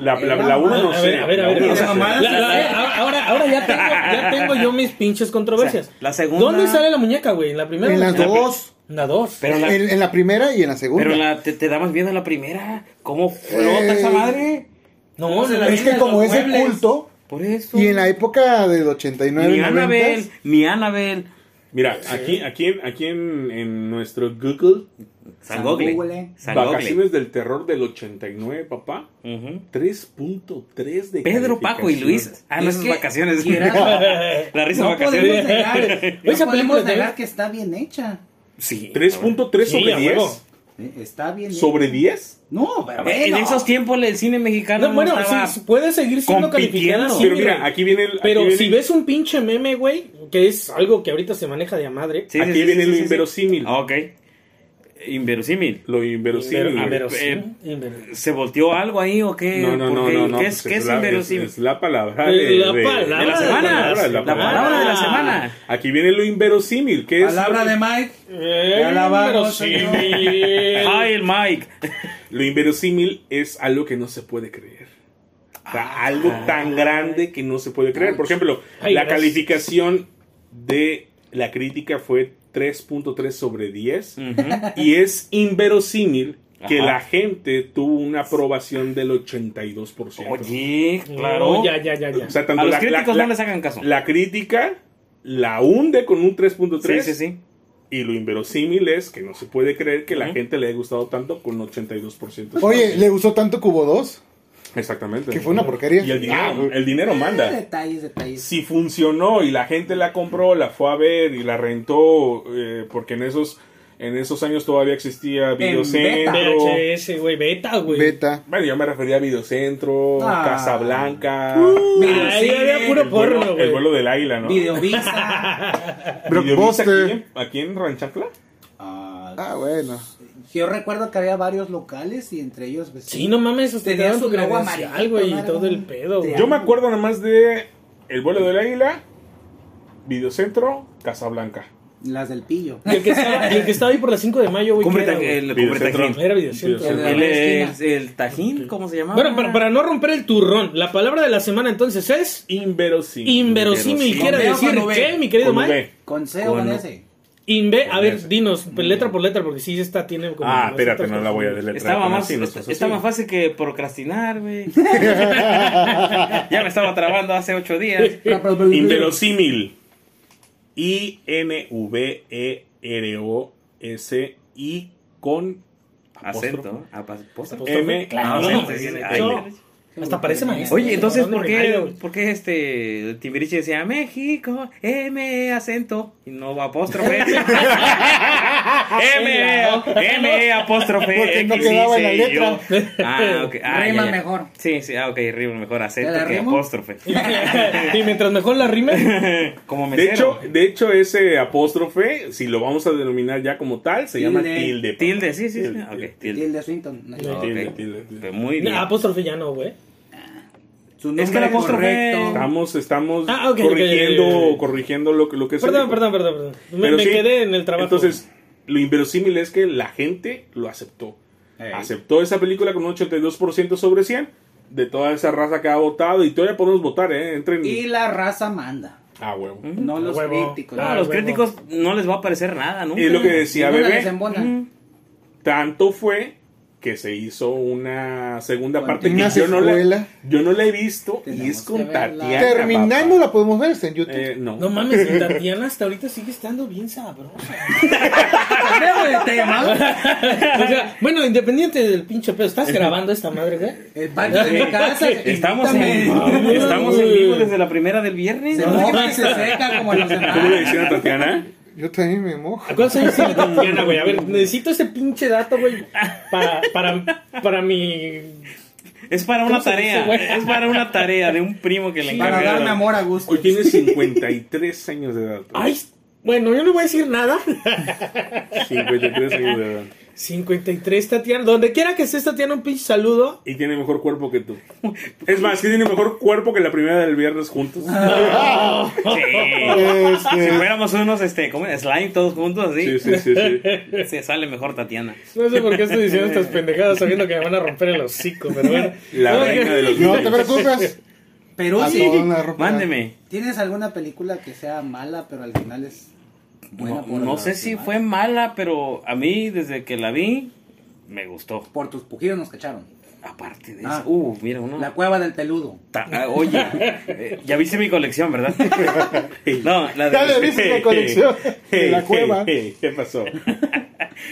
S2: La, la, la,
S1: A
S2: uno no
S4: a
S2: sé.
S4: ver, a ver, a
S2: la
S4: ver,
S2: uno
S4: a
S2: no
S4: ver.
S2: sé.
S1: mamadas.
S4: La- la- ahora, ahora ya, tengo, ya tengo yo mis pinches controversias.
S3: O sea, la segunda-
S4: ¿Dónde sale la muñeca, güey? ¿En la primera?
S5: En
S4: o
S5: las
S4: la-
S5: dos.
S4: En la dos.
S3: Pero la,
S5: En, en la primera y en la segunda.
S3: pero la, te, te da más miedo la primera. ¿Cómo flota
S5: Eh.
S3: esa madre?
S4: no, en la
S5: es que
S4: primera-
S5: como es de
S1: muebles.
S5: culto,
S3: Por eso.
S5: y en la época del 89
S3: Ni
S5: y 90,
S3: Anabel, ni Anabel.
S2: Mira, aquí, aquí, en- aquí en, en nuestro Google,
S3: San
S1: San
S3: Gogle.
S1: Google. eh.
S3: San Gogle.
S2: Vacaciones del Terror del 89, papá.
S3: Ujú.
S2: 3.3 de
S3: Pedro, Paco y Luis. Ah, no,
S1: Es
S3: esas
S1: que-
S3: vacaciones.
S1: y
S4: Eh,
S1: era-
S3: Eh, La risa de
S1: No podemos
S3: vacaciones.
S1: negar, no
S4: Esa película
S1: podemos
S4: también-
S1: negar que está bien hecha.
S3: Sí.
S2: 3.3
S4: Sí,
S2: sobre
S4: a huevo.
S2: 10.
S1: Eh, Está bien hecha.
S2: ¿Sobre 10?
S1: No, pero
S3: Eh, En
S1: bueno.
S3: esos tiempos el cine mexicano
S4: No,
S3: no,
S4: bueno,
S3: estaba...
S4: sí, puede seguir siendo
S3: compitiendo.
S4: calificada así,
S2: Pero
S4: güey.
S2: mira, aquí viene el.
S4: Pero
S2: aquí viene-
S4: si ves un pinche meme, güey, que es algo que ahorita se maneja de a madre.
S3: Sí, sí,
S2: aquí
S3: sí,
S2: viene lo
S3: sí, sí, sí.
S2: inverosímil.
S3: Ah, ok. Inverosímil.
S2: Lo
S4: Pero,
S2: inverosímil.
S4: a
S2: güey.
S4: ver,
S3: eh,
S4: sí, inver-
S3: ¿Se volteó algo ahí o qué?
S2: no, no,
S3: ¿Por
S2: no,
S3: qué?
S2: no, no.
S3: ¿Qué
S2: pues
S3: es, qué es
S2: la-
S3: inverosímil?
S2: Es la palabra de,
S4: La
S2: de-
S4: palabra
S2: de Eh, la semana.
S4: de
S3: la palabra de la semana.
S2: Aquí viene lo inverosímil. ¿Qué es?
S1: Palabra de Mike.
S4: Eh,
S1: Alabamos,
S4: inverosímil.
S3: Ay, el Mike.
S2: Lo inverosímil es algo que no se puede creer. O sea, algo tan grande que no se puede creer. Por ejemplo,
S4: Ay,
S2: la
S4: gracias.
S2: calificación de la crítica fue 3.3 sobre 10.
S3: Ujú.
S2: Y es inverosímil que
S3: Ajá.
S2: la gente tuvo una aprobación del 82%.
S3: Oye, claro.
S4: Claro. ya, ya, ya, ya.
S2: O sea, tanto
S3: A los
S2: la- la-
S3: críticos
S2: la-
S3: no les hagan caso.
S2: la crítica la hunde con un 3.3
S3: sí, sí, sí.
S2: y lo inverosímil es que no se puede creer que la
S3: Ujú.
S2: gente le haya gustado tanto con 82%.
S5: Oye, ¿le gustó tanto Cubo 2?
S2: exactamente.
S5: Que fue una porquería.
S2: Y el dinero,
S5: Ah,
S2: el dinero
S1: Eh,
S2: manda.
S1: Detalles, detalles.
S2: Si funcionó y la gente la compró, la fue a ver y la rentó, eh, porque en esos en esos años todavía existía Videocentro.
S4: VHS, güey, beta, güey.
S5: Beta.
S2: Bueno, yo me refería a Videocentro,
S1: Ah.
S2: Casablanca,
S3: Uh,
S1: Video
S4: Ahí había
S1: cine,
S4: puro
S2: el, vuelo,
S4: porno,
S2: el
S4: güey.
S2: vuelo del águila, ¿no?
S1: Videovista.
S2: Videovista aquí, ¿eh?
S5: Blockbuster.
S2: en- aquí en Ranchacla.
S1: Ah,
S5: Ah, bueno.
S1: Yo recuerdo que había varios locales y entre ellos. pues,
S4: Sí, no mames, hasta te
S1: Tenía
S4: daban
S1: su
S4: tu
S1: logo
S4: credencial,
S1: amarillito,
S4: güey, y
S1: ¿no?
S4: todo el pedo, güey.
S1: Sí.
S2: Yo me acuerdo nada más de El vuelo del águila, Videocentro, Casablanca.
S1: Las del pillo.
S4: Y el que estaba, y el que estaba ahí por las 5 de mayo, güey.
S3: Cumbre
S4: ¿qué era,
S3: ta-
S4: güey?
S3: el
S2: Video
S3: cumbre
S2: Centro.
S3: tajín.
S4: Era videocentro.
S2: Video
S1: Centro.
S3: El,
S1: Esquina.
S3: es- el tajín, ¿cómo se llamaba?
S4: Bueno, para, para no romper el turrón, la palabra de la semana entonces es
S2: Inverosímil.
S4: inverosímil.
S3: Inverosímil.
S4: Quiere
S1: Con B o
S4: decir,
S1: con V.
S4: ¿qué, mi querido
S2: Con V.
S4: Mike?
S1: Con C o con
S3: Con-
S1: S.
S4: Inve, a
S2: Con
S4: ver,
S2: ese.
S4: dinos, pues, letra por letra, porque sí, esta tiene como.
S2: Ah,
S4: unas
S2: espérate,
S4: otras
S2: no la voy a
S4: cosas.
S2: deletrear.
S3: Estaba
S2: con
S3: más,
S2: así, no seas
S3: estaba
S2: así.
S3: más fácil que procrastinar, güey. ya me estaba trabando hace ocho días.
S2: Inverosímil. E I-N-V-E-R-O-S-I con
S3: Acento. apa- apóstrofe.
S2: M.
S4: Claro,
S2: Ah,
S4: no,
S2: sí, sí, sí.
S4: de hecho, Hasta parece maestro.
S3: Eh, Oye, entonces,
S4: ¿Dónde
S3: ¿por
S4: me callo,
S3: qué,
S4: güey?
S3: ¿por qué este Timbiriche decía México, M, E acento, y no apóstrofe? E, M, M, E apóstrofe.
S5: Porque no
S3: X, Y,
S5: quedaba en la
S3: C, y yo. Ah, ok. Ah,
S1: Rima
S3: ya, ya.
S1: mejor.
S3: Sí, sí, ah, ok, rima mejor,
S1: ¿Te
S3: acento
S1: la
S3: que
S1: rimo?
S3: apóstrofe.
S4: y mientras mejor la rime,
S3: Como
S2: De
S3: mesero.
S2: hecho, de hecho, ese apóstrofe, si lo vamos a denominar ya como tal, se llama
S1: Tilde.
S2: tilde.
S3: tilde, sí, sí, sí.
S2: Tilde,
S3: ok,
S2: tilde.
S3: tilde.
S1: Tilde Swinton. No,
S3: Ok.
S2: Tilde, tilde, tilde.
S3: Pues Muy bien.
S4: Ah, apóstrofe ya no, güey.
S1: Su
S3: Es que el
S1: nombre
S3: apóstrofe-
S1: correcto.
S2: Estamos, estamos
S4: Ah, ok, ok,
S2: corrigiendo,
S4: ok, ok, ok.
S2: corrigiendo lo, que- lo que se
S4: Perdón,
S2: dijo.
S4: perdón, perdón, perdón. Me,
S2: Pero
S4: me
S2: sí,
S4: quedé en el trabajo.
S2: Entonces, lo inverosímil es que la gente lo aceptó.
S1: Ey.
S2: Aceptó esa película con un 82% sobre 100 de toda esa raza que ha votado y todavía podemos votar, ¿eh? Entren.
S1: Y la raza manda.
S2: Ah, huevo.
S1: No los
S4: Huevo.
S1: críticos.
S3: No, a
S4: Ah,
S3: los
S4: huevo.
S3: críticos no les va a parecer nada, ¿no?
S2: Es lo que decía
S1: Ninguna les
S2: Bebé.
S1: embona.
S3: Ujú.
S2: Tanto fue que se hizo una segunda
S1: Bueno,
S2: parte que
S5: una
S2: yo no, la,
S5: secuela.
S2: yo no la he visto y
S1: Tenemos
S2: es con
S1: que verla.
S2: Tatiana.
S5: Terminando
S2: papá.
S5: la podemos ver, está en YouTube.
S2: Eh, no.
S4: No mames, y Tatiana hasta ahorita sigue estando bien sabrosa.
S1: Cambiamos de tema.
S4: O sea, bueno, independiente del pinche pedo, ¿estás
S2: Este
S4: grabando esta madre, güey?
S1: El baño de eh, mi casa.
S3: Estamos en,
S1: invítame.
S3: estamos en vivo desde la primera del viernes.
S1: Se moja y se seca como los demás.
S2: ¿Cómo le decían a Tatiana?
S5: Yo también me mojo.
S4: ¿A cuántos años tiene Tatiana, güey? A ver, necesito ese pinche dato, güey, para, para, para mi...
S3: Es para una
S4: ¿Cómo se dice,
S3: tarea.
S4: güey?
S3: es para una tarea de un primo que le
S1: Para darme
S3: encargaron.
S1: amor a gusto.
S2: Hoy tiene 53 años de edad.
S4: Ay, bueno, yo no voy a decir nada.
S2: 53 años de edad.
S4: 53, Tatiana. Donde quiera que estés, Tatiana, un pinche saludo.
S2: Y tiene mejor cuerpo que tú. Es más, que tiene mejor cuerpo que la primera del viernes juntos.
S5: Ah,
S3: Sí. Si
S5: Este,
S3: fuéramos unos este, ¿cómo? slime todos juntos,
S2: Sí,
S3: así
S2: sí, sí, sí.
S3: se sale mejor Tatiana.
S4: No sé por qué estoy diciendo estas pendejadas sabiendo que me van a romper el hocico, pero bueno.
S2: La
S4: No,
S2: reina
S4: que-
S2: de los
S5: no te
S2: niños.
S5: preocupes.
S1: Pero
S3: ah,
S5: A
S1: sí.
S5: todos la ropa.
S3: Mándeme.
S1: ¿Tienes alguna película que sea mala, pero al final es buena?
S3: No,
S1: por
S3: pues, no
S1: lo
S3: sé si
S1: demás?
S3: fue mala, pero a mí desde que la vi me gustó.
S1: Por tus pujidos nos cacharon.
S3: Aparte de eso,
S1: Ah.
S3: uh, mira uno.
S1: La cueva del peludo.
S3: Ta- ah, oye, eh, ya viste mi colección, ¿verdad? no, la de
S5: Ya le viste la colección de la cueva.
S2: Hey, ¿Qué pasó?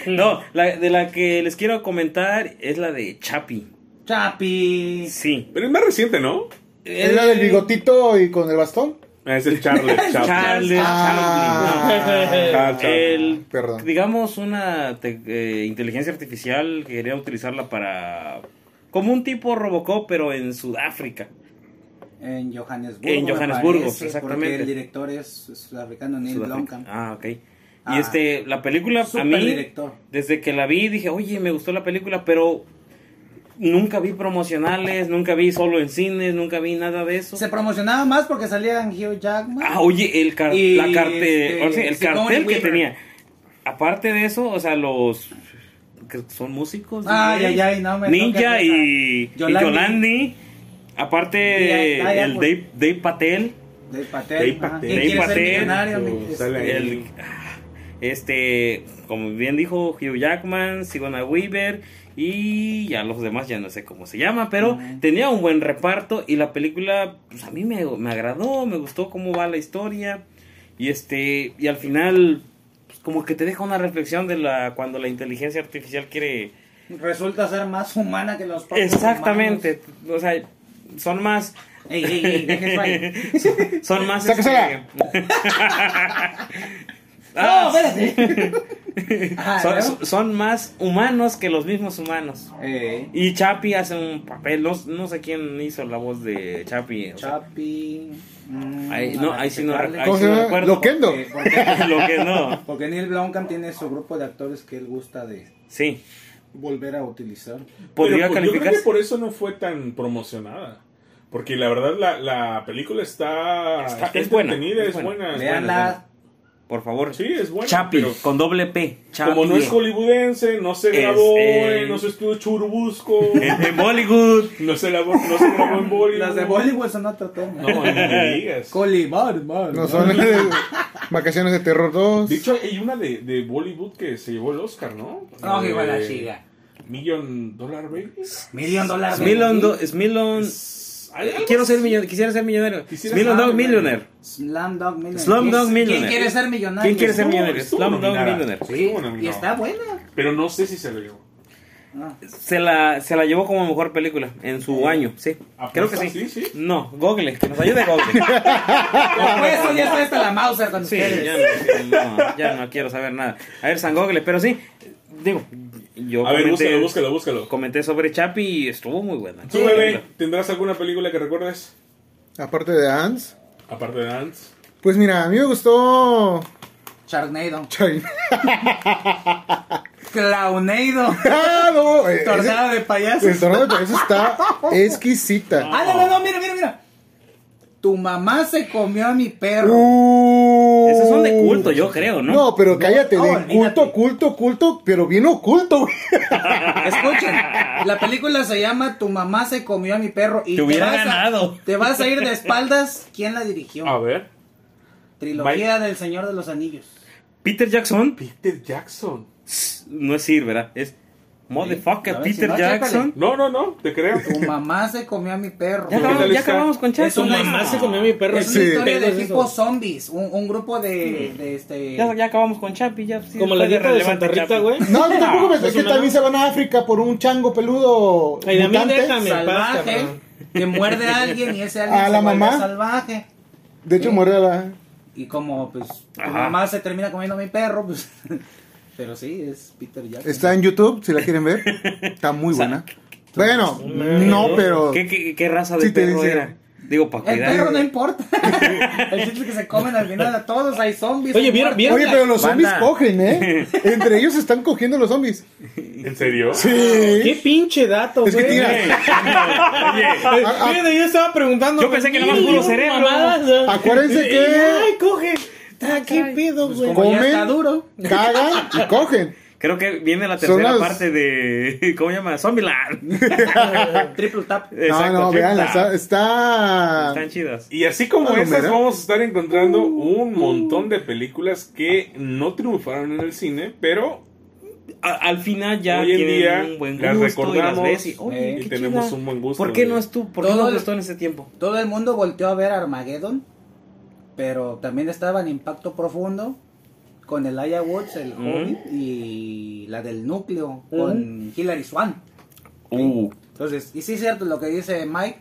S3: No, la de la que les quiero comentar es la de Chapi.
S1: Chapi.
S3: Sí.
S2: Pero es más reciente, ¿no?
S5: ¿Es la del bigotito y con el bastón?
S2: Ah, Es el Charles. Chaplin.
S3: Charles Chaplin.
S5: Ah,
S2: Chaplin.
S3: El,
S5: Perdón.
S3: digamos, una te- eh, inteligencia artificial que quería utilizarla para... Como un tipo Robocop, pero en Sudáfrica.
S1: En Johannesburgo.
S3: En
S1: me
S3: Johannesburgo,
S1: parece,
S3: exactamente.
S1: Porque el director es sudafricano, Neil
S3: Sudáfrica.
S1: Blomkamp.
S3: Ah, ok. Y
S1: Ah.
S3: este, la película, a mí,
S1: Superdirector.
S3: desde que la vi, dije, oye, me gustó la película, pero nunca vi promocionales, nunca vi solo en cines, nunca vi nada de eso.
S1: Se promocionaba más porque salían Hugh Jackman.
S3: Ah, oye, el, car-
S1: Y,
S3: la carte-
S1: este,
S3: ahora sí, el
S1: Sigourney
S3: cartel que
S1: Weaver.
S3: tenía. Aparte de eso, o sea, los que son músicos.
S1: Ay, ay,
S3: DJ,
S1: ay, no me
S3: Ninja
S1: toques
S3: y, y
S1: esa. Yolandi.
S3: Yolandi. Aparte,
S1: Ay, ay,
S3: el
S1: por-
S3: Dave, Dave Patel.
S1: Dave Patel.
S2: Dave
S1: ajá.
S2: Patel.
S1: ¿Quién
S3: Dave
S1: quiere ser
S3: Patel. pues,
S1: millonario?
S2: Oh,
S1: Este,
S2: sale ahí.
S3: ah, El- este, como bien dijo Hugh Jackman, Sigona Weaver, Y ya los demás ya no sé cómo se llama, pero
S1: Ujú.
S3: tenía un buen reparto y la película, pues a mí me, me agradó, me gustó cómo va la historia. Y este, y al final, pues, como que te deja una reflexión de la cuando la inteligencia artificial quiere...
S1: Resulta ser más humana que los propios
S3: Exactamente, o sea, son más...
S1: humanos. Ey, ey, ey, deja eso ahí.
S3: Son más...
S5: ¡Sáquesela!
S3: este-
S1: ¡No,
S3: Ah,
S1: espérate! Ah,
S3: son,
S1: ¿no?
S3: son más humanos que los mismos humanos.
S1: Ey,
S3: Y Chapi hace un papel, no, no sé quién hizo la voz de Chapi. o sea,
S1: Chapi. mm,
S3: Ahí- no, ahí sí no
S1: respetable.
S3: ahí
S5: ¿Cómo
S3: sí
S5: se
S3: no
S5: llama?
S3: recuerdo
S5: Loquendo.
S1: Porque- porque-
S3: Lo que no.
S1: Porque Neil Blomkamp tiene su grupo de actores que él gusta de
S3: Sí.
S1: volver a utilizar.
S3: Podría
S2: Pero, pues, Yo creo
S3: calificarse.
S2: que por eso no fue tan promocionada. Porque la verdad la, la película está,
S3: Está-
S2: está
S3: es buena,
S2: entretenida,
S3: es
S2: es
S3: buena.
S2: buena. es
S1: Veanla.
S3: Por favor.
S2: buena. Sí, es buena.
S3: Chapi,
S2: pero
S3: con doble P. Chapi.
S2: como no es hollywoodense, no se
S3: Es,
S2: grabó,
S3: eh,
S2: en- no se estuvo Churubusco,
S3: en, en Bollywood.
S2: no se grabó, no se grabó en Bollywood.
S1: Las de Bollywood son otro tema.
S2: No, ni me digas.
S1: Colimar, man.
S5: No son las de Vacaciones de Terror 2.
S2: De hecho, hay una de, de Bollywood que se llevó el Oscar, ¿no?
S1: No, que igual la
S2: De
S1: chica.
S2: Million Dollar Babies.
S1: Millón dólares.
S3: Smilon do- Smilon-
S2: Hay algo
S3: Quiero ser millonario. Quisiera ser millonario.
S2: Quisiera
S3: Smilon
S2: ser
S3: Dog
S2: millonario.
S3: Millionaire.
S1: Slumdog Millionaire.
S3: Slumdog
S1: ¿Quién-
S3: Millionaire.
S1: ¿Quién quiere ser millonario?
S3: ¿Quién quiere ser
S2: Estuvo-
S3: millonario?
S2: estuvo
S3: Slumdog
S2: nominada.
S3: Millionaire.
S1: Sí,
S2: Estuvo nominado.
S1: y está buena.
S2: Pero no sé si se lo llevó.
S1: Ah.
S3: Se la, se la llevó como mejor película en su año, sí.
S2: ¿Apuesta?
S3: Creo que sí.
S2: Sí, sí.
S3: No, Google, que nos ayude Google.
S1: Por eso Ah. ya está hasta la Mauser con
S3: Sí,
S1: ustedes.
S3: ya no, no, ya no quiero saber nada. A ver, San Google, pero sí, digo, yo
S2: A ver,
S3: comenté,
S2: búscalo, búscalo, búscalo.
S3: comenté sobre Chapi y estuvo muy buena.
S2: Tú, bebé, ¿tendrás alguna película que recuerdes?
S5: Aparte de Hans.
S2: Aparte de Ants.
S5: Pues mira, a mí me gustó.
S1: Charnado.
S5: Chay-
S1: Claunado.
S5: ¡Ah, no! eh,
S1: Tornado de
S5: ese- El
S1: payasos.
S5: tornado de payasos está exquisita.
S1: Ah, no, no, no, mira, mira, mira. Tu mamá se comió a mi perro.
S5: Uh.
S3: Esos son de culto, yo creo, ¿no?
S5: No, pero cállate,
S1: no,
S5: de
S1: olvídate.
S5: culto, culto, culto, pero bien oculto, güey.
S1: Escuchen, la película se llama Tu mamá se comió a mi perro. Y
S3: Te hubiera
S1: vas a-
S3: ganado. Ah,
S1: te vas a ir de espaldas. ¿Quién la dirigió?
S2: A ver.
S1: Trilogía del Señor de los Anillos.
S3: Peter Jackson, pues,
S2: Peter Jackson.
S3: no es Sir, ¿verdad? Es motherfucker
S1: A ver, si
S3: Peter
S1: no,
S3: Jackson.
S2: No, no, no, te creo.
S1: Tu mamá se comió a mi perro.
S2: ¿Qué
S3: Ya acabamos,
S2: tal
S3: ya
S2: está?
S3: acabamos con Chapi.
S1: Es una
S4: Mamá
S1: no.
S4: se comió mi perro.
S1: Es
S5: Sí.
S1: una historia de
S4: Pedos
S1: tipo
S4: esos.
S1: zombies. Un, un grupo de, de este.
S3: Ya, ya acabamos con Chapi, ya. sí,
S4: Como
S3: fue
S4: la dieta de
S3: relevante
S4: Santa Rita,
S3: Chapi.
S4: güey. Ah,
S5: No, no, tampoco me
S4: Más o
S5: es que
S4: menos.
S5: también se van a África por un chango peludo.
S4: pues Ay, a mí
S5: mutante.
S4: déjame. Paz,
S1: salvaje
S4: cabrón.
S1: que muerde a alguien y ese alguien
S5: ¿A
S1: se
S5: la
S1: vuelve
S5: mamá?
S1: salvaje.
S5: De hecho, muere a la.
S1: Y como pues tu
S3: Ajá.
S1: mamá se termina comiendo a mi perro, pues pero sí es Peter Jackson.
S5: Está en YouTube, si la quieren ver. Está muy buena. Bueno, no, pero.
S3: ¿Qué, qué, qué raza de
S5: Sí te
S3: perro
S5: dice.
S3: era? Digo, para
S1: El
S3: cuidar.
S1: perro no importa. El chiste es que se comen al final a todos, hay zombies.
S4: Oye,
S1: hay
S4: ¿vieron-
S1: muertos.
S4: vieron
S5: Oye, pero los zombies
S3: Banda.
S5: cogen, ¿eh? Entre ellos están cogiendo los zombies.
S2: ¿En serio?
S5: Sí.
S4: Qué pinche dato, güey.
S5: Es que tira.
S3: Ey, oye,
S4: Eh, fíjate, yo estaba preguntando.
S3: Yo pensé que nada más
S4: ¿qué
S3: puro
S4: digo,
S3: cerebro.
S4: mamadas, eh?
S5: Acuérdense que-
S4: Ay, coge. Ah, qué pedo,
S1: Pues
S4: güey.
S1: como ya
S5: comen.
S1: está duro.
S5: Cagan y cogen.
S3: creo que viene la
S5: Son
S3: tercera
S5: las-
S3: parte de. ¿Cómo se llama? Zombieland.
S1: Triple tap.
S5: No,
S3: Exacto,
S5: no,
S3: sí,
S5: vean,
S3: está-
S5: está. está-
S3: Están chidas.
S2: Y así como
S5: Palomera.
S2: esas, vamos a estar encontrando un montón de películas que no triunfaron en el cine, pero
S3: A- al final ya
S2: hoy en
S3: tienen
S2: día
S3: un buen
S2: las
S3: gusto y las
S2: recordamos
S3: ves y,
S1: eh,
S3: oye,
S2: y
S3: qué
S2: tenemos
S3: chida.
S2: un buen gusto.
S3: ¿Por qué
S2: de-
S3: no estuvo? ¿Por qué
S1: Todo
S3: no
S1: el-
S3: gustó en ese tiempo?
S1: Todo el mundo volteó a ver Armageddon, pero también estaba en Impacto Profundo con el Aya Woods, el Hobbit y la del núcleo con Hilary Swan.
S3: Uh,
S1: Entonces, y sí es cierto lo que dice Mike.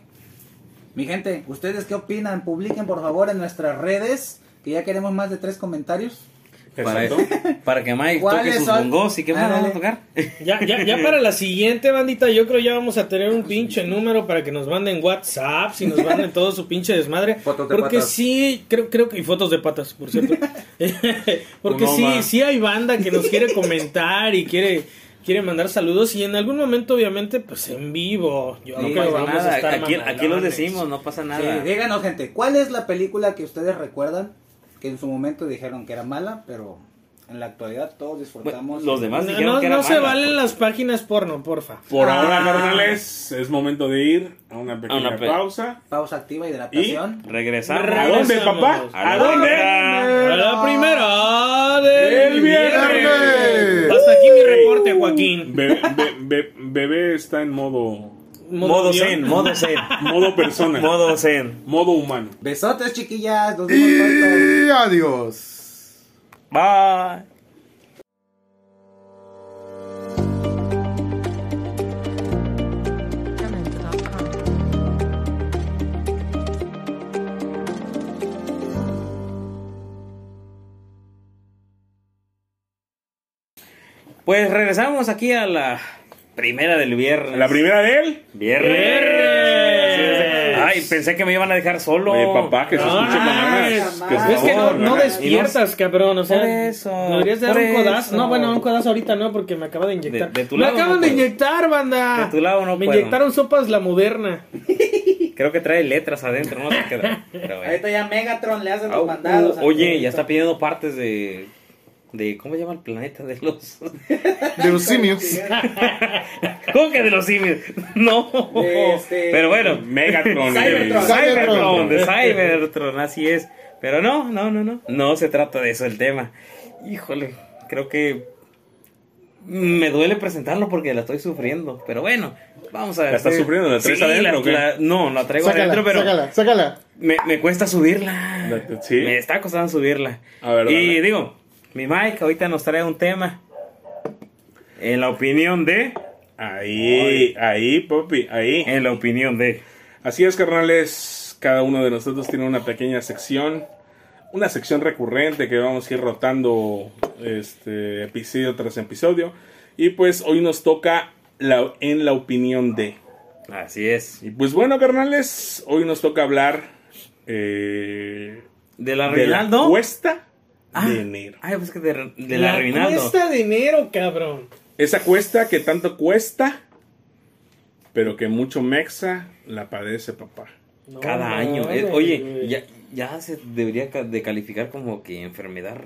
S1: Mi gente, ¿ustedes qué opinan? Publiquen por favor en nuestras redes, que ya queremos más de tres comentarios.
S3: para,
S2: Exacto.
S3: para que Mike toque
S1: ¿Cuáles
S3: sus
S1: son?
S3: bongos y qué más
S1: Ándale.
S3: vamos a tocar.
S4: Ya, ya, ya para la siguiente bandita, yo creo ya vamos a tener un pinche número para que nos manden WhatsApp, si nos manden todo su pinche desmadre.
S1: Fotos de
S4: porque
S1: patas.
S4: sí, creo, creo que. Y fotos de patas, por cierto. porque
S2: Uno
S4: sí,
S2: más.
S4: sí hay banda que nos quiere comentar y quiere. Quiere mandar saludos y en algún momento, obviamente, pues en vivo. Yo
S1: Sí,
S4: creo
S3: No
S4: que
S3: pasa
S4: vamos a
S3: nada.
S4: estar
S3: Aquí, aquí lo
S4: mamalones.
S3: decimos, no pasa nada.
S1: Sí, díganos, gente, ¿cuál es la película que ustedes recuerdan que en su momento dijeron que era mala, pero en la actualidad todos disfrutamos?
S3: Bueno, los demás
S4: No,
S3: dijeron
S4: no-
S3: que era pues.
S4: no se
S3: mala.
S4: valen las páginas porno, porfa.
S2: Por ahora,
S1: Ah.
S2: carnales, es momento de ir a una pequeña
S3: una pe-
S2: pausa.
S1: Pausa activa, hidratación.
S3: Regresamos.
S2: ¿A dónde, papá?
S3: A la
S2: ¿A dónde?
S3: primera.
S4: A la primera del
S2: El viernes.
S4: Hasta aquí mi reporte, Joaquín.
S2: Bebé, be- be- bebé está en modo.
S3: Modo
S4: guión.
S3: zen, modo zen.
S2: Modo persona. Modo,
S3: Modo zen.
S2: humano.
S1: Besotes, chiquillas. Nos vemos pronto.
S5: Y adiós.
S3: Bye.
S6: Demento.com.
S3: Pues regresamos aquí a la primera del viernes.
S2: La primera de él.
S3: Viernes.
S4: Viernes.
S3: Ay, pensé que me iban a dejar solo.
S2: Oye, papá, que se
S4: No,
S2: escuche
S4: no,
S2: con
S1: no,
S2: ganas.
S1: no,
S2: se-
S4: Es que no,
S3: favor,
S4: no
S3: ¿verdad?
S4: despiertas, cabrón. O sea,
S3: Por eso,
S4: deberías dar
S3: por
S4: un codazo.
S3: eso.
S4: No, bueno, un codazo ahorita no, porque me acaba de inyectar.
S3: De- de tu
S4: me
S3: lado no
S4: acaban de
S3: puedo.
S4: inyectar, banda.
S3: De tu lado no
S4: Me
S3: puedo.
S4: inyectaron sopas la moderna.
S3: Creo que trae letras adentro, no te queda. Pero bueno.
S1: Ahorita ya Megatron le hacen
S3: Au, uh,
S1: los mandados.
S3: Oye, ya está pidiendo partes de. de ¿Cómo se llama el planeta de los.?
S5: De los simios.
S3: ¿Cómo que de los simios? No.
S1: De este-
S3: Pero bueno.
S2: Megatron.
S1: Cybertron.
S2: eh.
S3: Cybertron,
S5: Cybertron.
S3: de Cybertron, así es. Pero no, no, no, no. No se trata de eso el tema. Híjole, creo que me duele presentarlo porque la estoy sufriendo. Pero bueno, vamos a ver.
S2: ¿La estás sufriendo? ¿La traes adentro o qué?
S3: no, la traigo
S5: Sácala,
S3: adentro, pero
S5: sácala, sácala.
S3: me, me cuesta subirla.
S2: La- eh, sí.
S3: Me está costando subirla.
S2: A ver,
S3: y
S2: dale.
S3: digo, mi Mike ahorita nos trae un tema. En la opinión de.
S2: Ahí, ahí, papi, ahí.
S3: En la opinión de.
S2: Así es, carnales. Cada uno de nosotros tiene una pequeña sección. Una sección recurrente que vamos a ir rotando este episodio tras episodio. Y pues hoy nos toca la, en la opinión de.
S3: Así es.
S2: Y pues bueno, carnales, hoy nos toca hablar eh,
S3: ¿De la
S2: de la
S3: Reinaldo?
S2: cuesta
S3: Ah,
S2: de enero.
S3: Ay, pues que de, de la, Reinaldo.
S4: cuesta de enero, cabrón.
S2: Esa cuesta que tanto cuesta, pero que mucho mexa la padece, papá.
S4: No,
S3: Cada
S4: no,
S3: año. eh,
S4: güey.
S3: oye, ya, ya se debería ca- de calificar como que enfermedad.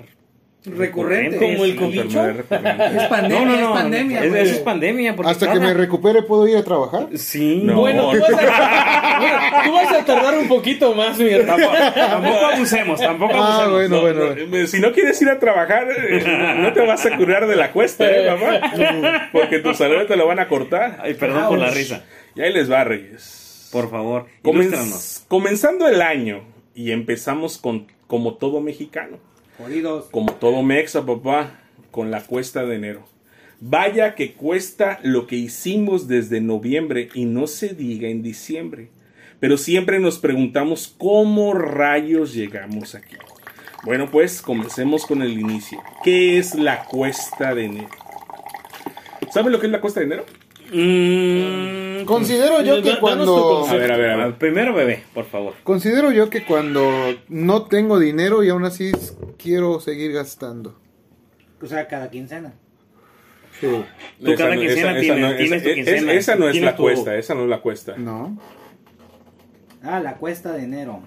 S1: Recurrente.
S4: Como el
S3: Sí,
S4: COVID.
S2: Enfermedad recurrente.
S1: Es pandemia, es pandemia.
S3: es-
S1: güey.
S3: eso es pandemia. Porque
S5: Hasta
S3: cada-
S5: que me recupere, ¿puedo ir a trabajar?
S3: Sí.
S2: No.
S4: Bueno, pues. tú vas, a, bueno, tú vas a tardar un poquito más, mi hermano.
S3: Tampoco, tampoco abusemos, tampoco
S5: Ah,
S3: abusemos.
S5: bueno,
S3: No,
S5: bueno,
S3: no,
S5: bueno.
S2: Eh, Si no quieres ir a trabajar, eh, no te vas a curar de la cuesta, ¿eh, papá? Porque tu salud te lo van a cortar.
S3: Ay, perdón por la risa.
S2: Y ahí les va, Reyes.
S3: Por favor,
S2: Comenz-
S3: ilústranos.
S2: comenzando el año y empezamos con como todo mexicano,
S1: Jodidos.
S2: como todo mexa, papá, con la cuesta de enero. Vaya que cuesta lo que hicimos desde noviembre y no se diga en diciembre. Pero siempre nos preguntamos cómo rayos llegamos aquí. Bueno, pues comencemos con el inicio. ¿Qué es la cuesta de enero? ¿Saben lo que es la cuesta de enero?
S3: Mm,
S5: Considero yo
S4: Danos
S5: que
S4: tu
S5: cuando...
S2: A ver, a ver, a ver.
S3: primero, bebé, por favor.
S5: Considero yo que cuando no tengo dinero y aún así quiero seguir gastando.
S1: O sea, cada quincena.
S5: Sí.
S3: Tú cada
S2: no-
S3: quincena
S2: esa
S3: tienes-
S2: no-
S3: tienes
S2: esa-
S3: tu
S2: es-
S3: quincena,
S2: esa no es
S3: tienes
S2: la
S3: tu-
S2: cuesta, esa no es la cuesta.
S5: ¿No?
S1: Ah, la cuesta de enero.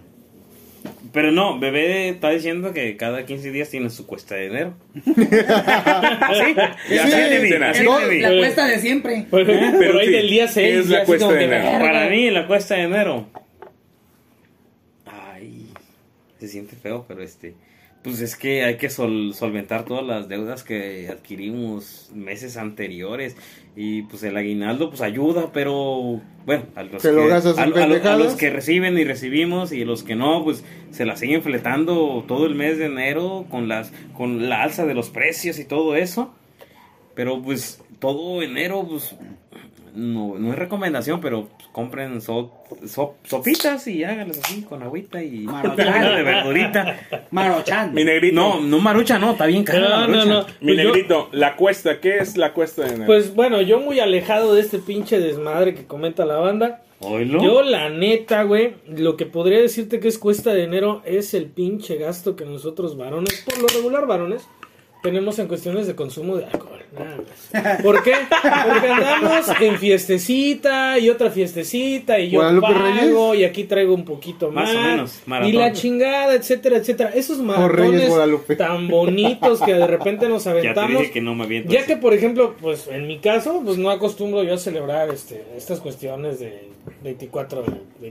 S3: Pero no, bebé está diciendo que cada 15 días tiene su cuesta de dinero. ¿Sí? Ya
S2: Sí,
S3: sí te vi,
S2: quincena.
S3: sí
S5: No,
S3: te vi.
S5: la
S4: cuesta
S1: de siempre.
S4: Por, por ahí
S2: sí,
S4: del día
S2: ¿qué
S4: 6.
S2: es la cuesta de enero?
S3: Para mí, la cuesta de enero. Ay, se siente feo, pero este. Pues es que hay que sol- solventar todas las deudas que adquirimos meses anteriores. Y pues el aguinaldo, pues ayuda, pero bueno, a los,
S5: Te
S3: que,
S5: lo gastas
S3: a,
S5: en
S3: lo- a lo- a los
S5: pendejadas.
S3: que reciben y recibimos y los que no, pues se la siguen fletando todo el mes de enero con, las, con la alza de los precios y todo eso. Pero pues todo enero, pues no, no es recomendación, pero pues, compren so- so- sopitas y háganlas así con agüita y
S1: Maruchan.
S3: de verdurita.
S1: Marochan.
S2: Mi negrito.
S3: No, no marucha, no, está bien cara. la
S4: No, no,
S3: marucha.
S4: no.
S2: Mi
S4: Pues yo-
S2: negrito, la cuesta, ¿qué es la cuesta de enero?
S4: Pues bueno, yo muy alejado de este pinche desmadre que comenta la banda.
S3: Oilo.
S4: Yo la neta, güey, lo que podría decirte que es cuesta de enero es el pinche gasto que nosotros varones, por lo regular varones, tenemos en cuestiones de consumo de alcohol. nada más. ¿Por qué? Porque andamos en fiestecita y otra fiestecita y yo
S5: Guadalupe
S4: pago y aquí traigo un poquito más.
S3: Más o menos, maratón. Oh,
S4: Y la chingada, etcétera, etcétera. Esos
S5: Reyes
S4: maratones
S5: Guadalupe.
S4: tan bonitos que de repente nos
S3: ya te
S4: aventamos.
S3: dije que no me aviento.
S4: Ya
S3: así.
S4: que, por ejemplo, pues en mi caso, pues no acostumbro yo a celebrar este, estas cuestiones de 24,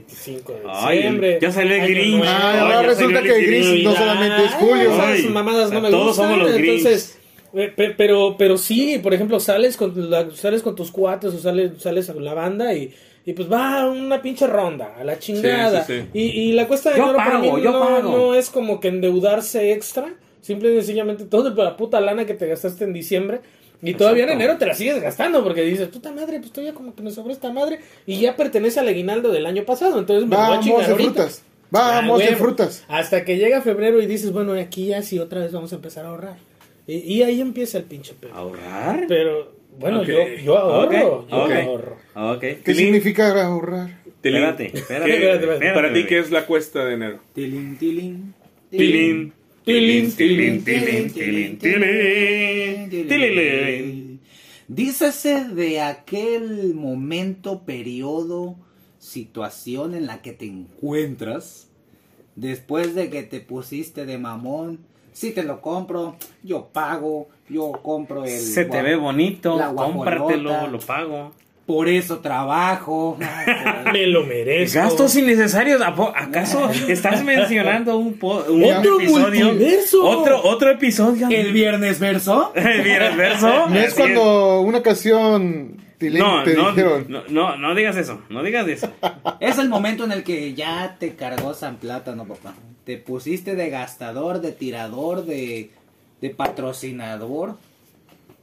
S4: 25 de
S3: Ay,
S4: diciembre.
S3: ya salió el
S4: Año
S3: Grinch.
S4: Nuevo,
S5: Ah,
S3: ya
S5: ahora
S3: salió
S5: resulta
S3: el
S5: que el
S3: Grinch.
S5: gris no
S4: Navidad,
S5: solamente es julio.
S4: esas
S3: Ay,
S4: mamadas no me
S3: todos
S4: gustan.
S3: somos los Grinch.
S4: entonces, Eh, pe- Pero, pero sí, por ejemplo, sales con, la- sales con tus cuates o sales, sales a la banda y, y pues va una pinche ronda, a la chingada.
S2: sí, sí.
S4: Y, y la cuesta de
S3: Yo
S4: enero para
S3: pago,
S4: mí
S3: yo
S4: no,
S3: pago.
S4: no es como que endeudarse extra, simple y sencillamente todo la puta lana que te gastaste en diciembre. Y todavía en
S3: Exacto.
S4: enero te la sigues gastando porque dices, puta madre, pues todavía como que me sobró esta madre y ya pertenece al aguinaldo del año pasado, entonces me lo voy a
S5: Vamos
S4: chingar
S5: de
S4: ahorita.
S5: frutas.
S4: Ah,
S5: Vamos de
S4: huevo.
S5: frutas.
S4: Hasta que llega febrero y dices, bueno, aquí ya sí otra vez vamos a empezar a ahorrar. Y, y ahí empieza el pinche
S3: Ah,
S4: pedo.
S3: ¿Ahorrar?
S4: Pero, bueno,
S2: Ok.
S4: yo, yo ahorro.
S3: Ah, Ok,
S4: Yo
S3: ok.
S4: ahorro.
S3: Ok.
S5: ¿Qué
S2: Tilín.
S5: significa ahorrar?
S2: Tilín.
S3: Espérate,
S2: ¿Qué-
S3: espérate,
S4: espérate, espérate.
S2: Para ti,
S3: güey.
S2: ¿qué es la cuesta de enero?
S1: Tilín, tilín.
S2: Tilín.
S4: Tilín,
S3: tilín, tilín, tilín, tilín, tilín.
S1: Dícese de aquel momento, periodo, situación en la que te encuentras después de que te pusiste de mamón. Si te lo compro, yo pago, yo compro el.
S3: Se te
S1: guap-
S3: ve bonito,
S1: la guajolota.
S3: cómpratelo, lo pago.
S1: Por eso trabajo. Ay,
S4: Me lo merezco.
S3: Gastos innecesarios. ¿a po- ¿Acaso estás mencionando un, po- un
S4: Otro multiverso.
S3: Otro, otro episodio.
S1: ¿El viernes verso?
S3: El viernes verso.
S5: No es
S3: Así es.
S5: cuando una ocasión Tilín,
S3: No,
S5: te
S3: no,
S5: dijeron.
S3: no, no, no digas eso, no digas eso.
S1: Es el momento en el que ya te cargó San Plátano, papá. Te pusiste de gastador, de tirador, de, de patrocinador.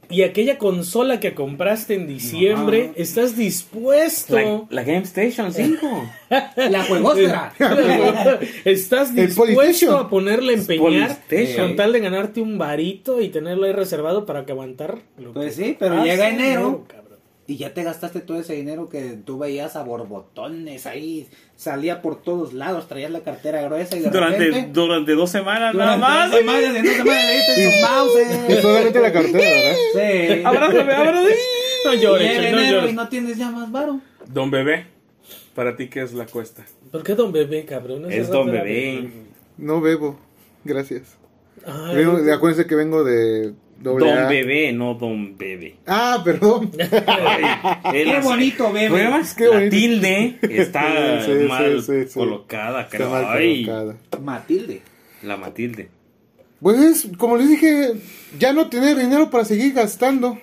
S4: Y aquella consola que compraste en diciembre,
S1: No.
S4: estás dispuesto.
S3: La, la Game Station 5.
S1: La juegostra.
S4: Estás
S5: El
S4: dispuesto
S5: Polystation.
S4: a ponerle a empeñar
S3: Polystation.
S4: con tal de ganarte un varito y tenerlo ahí reservado para que aguantar. lo
S1: Pues
S4: que
S1: sí, pero
S4: pase
S1: llega enero.
S4: cabrón.
S1: Y ya te gastaste todo ese dinero que tú veías a borbotones ahí. Salía por todos lados, traías la cartera gruesa y de
S3: Durante,
S1: repente...
S3: durante dos semanas nada
S1: durante
S3: más.
S1: dos semanas, en dos semanas le diste tus
S5: Y
S1: mouses.
S5: solamente la cartera, ¿verdad?
S1: eh. Sí.
S3: Abrázame, abrázame.
S4: No
S1: Y
S4: llores,
S1: llega
S4: Chuy, no
S1: enero y
S4: llores.
S1: no tienes ya más varo.
S2: Don Bebé. Para ti, ¿qué es la cuesta?
S4: ¿Por qué Don Bebé, cabrón? Hace
S3: Es
S4: rato
S3: Don
S4: era-
S3: Bebé.
S5: No bebo. Gracias.
S4: Ay,
S5: Vengo- acuérdense que vengo de doble
S3: Don
S5: A.
S3: Bebé, no Don Bebé.
S5: Ah, perdón.
S3: El
S1: Qué
S3: ac-
S1: bonito, bebé.
S3: Pruebas,
S5: Qué
S3: la
S5: bonito.
S3: tilde está
S5: Sí, sí,
S3: mal
S5: sí, sí.
S3: colocada, creo.
S5: Está mal
S3: Ay,
S5: colocada.
S1: Matilde.
S3: la Matilde.
S5: Pues, como les dije, ya no tener dinero para seguir gastando.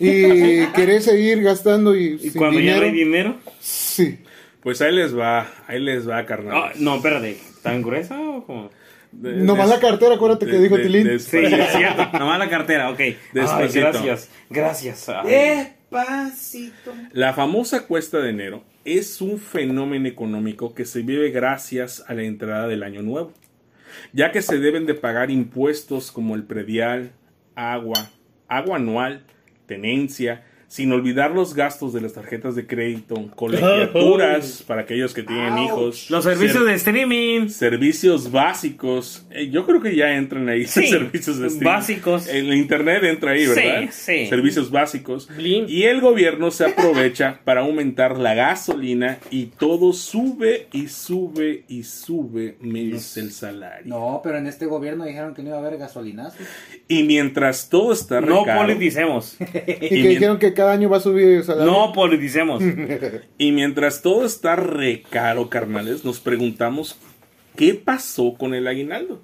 S5: Y querer seguir gastando y,
S3: ¿Y
S5: sin
S3: cuando ya
S5: dinero.
S3: no hay dinero?
S5: sí.
S2: Pues ahí les va, ahí les va,
S3: Ah,
S2: carnal.
S3: no, espérate. ¿Tan gruesa o cómo?
S2: De-
S5: Nomás
S2: des-
S5: la cartera, acuérdate que
S2: de-
S5: dijo
S2: de-
S5: Tilín.
S3: Sí,
S2: despacio.
S3: es cierto. Nomás la cartera, ok. Ay,
S2: Despacito.
S3: gracias, gracias. Eh, Ay.
S1: Despacito.
S2: La famosa cuesta de enero es un fenómeno económico que se vive gracias a la entrada del año nuevo, ya que se deben de pagar impuestos como el predial, agua, agua anual, tenencia, sin olvidar los gastos de las tarjetas de crédito, colegiaturas para aquellos que tienen
S1: Ouch.
S2: hijos,
S3: Los servicios
S2: ser-
S3: de streaming.
S2: servicios básicos. Eh, yo creo que ya entran ahí
S3: Sí,
S2: servicios de streaming.
S3: básicos.
S2: El internet entra ahí,
S3: Sí,
S2: ¿verdad?
S3: sí.
S2: Servicios básicos.
S4: Blim.
S2: Y el gobierno se aprovecha para aumentar la gasolina y todo sube y sube y sube menos el salario.
S1: No, pero en este gobierno dijeron que no iba a haber gasolinazo.
S2: Y mientras todo está
S3: No
S2: recaro-
S3: politicemos.
S5: Y,
S2: y
S5: que
S2: mien-
S5: dijeron que cada año va a subir el salario.
S3: No politicemos.
S2: Y mientras todo está recaro, carnales, nos preguntamos qué pasó con el aguinaldo.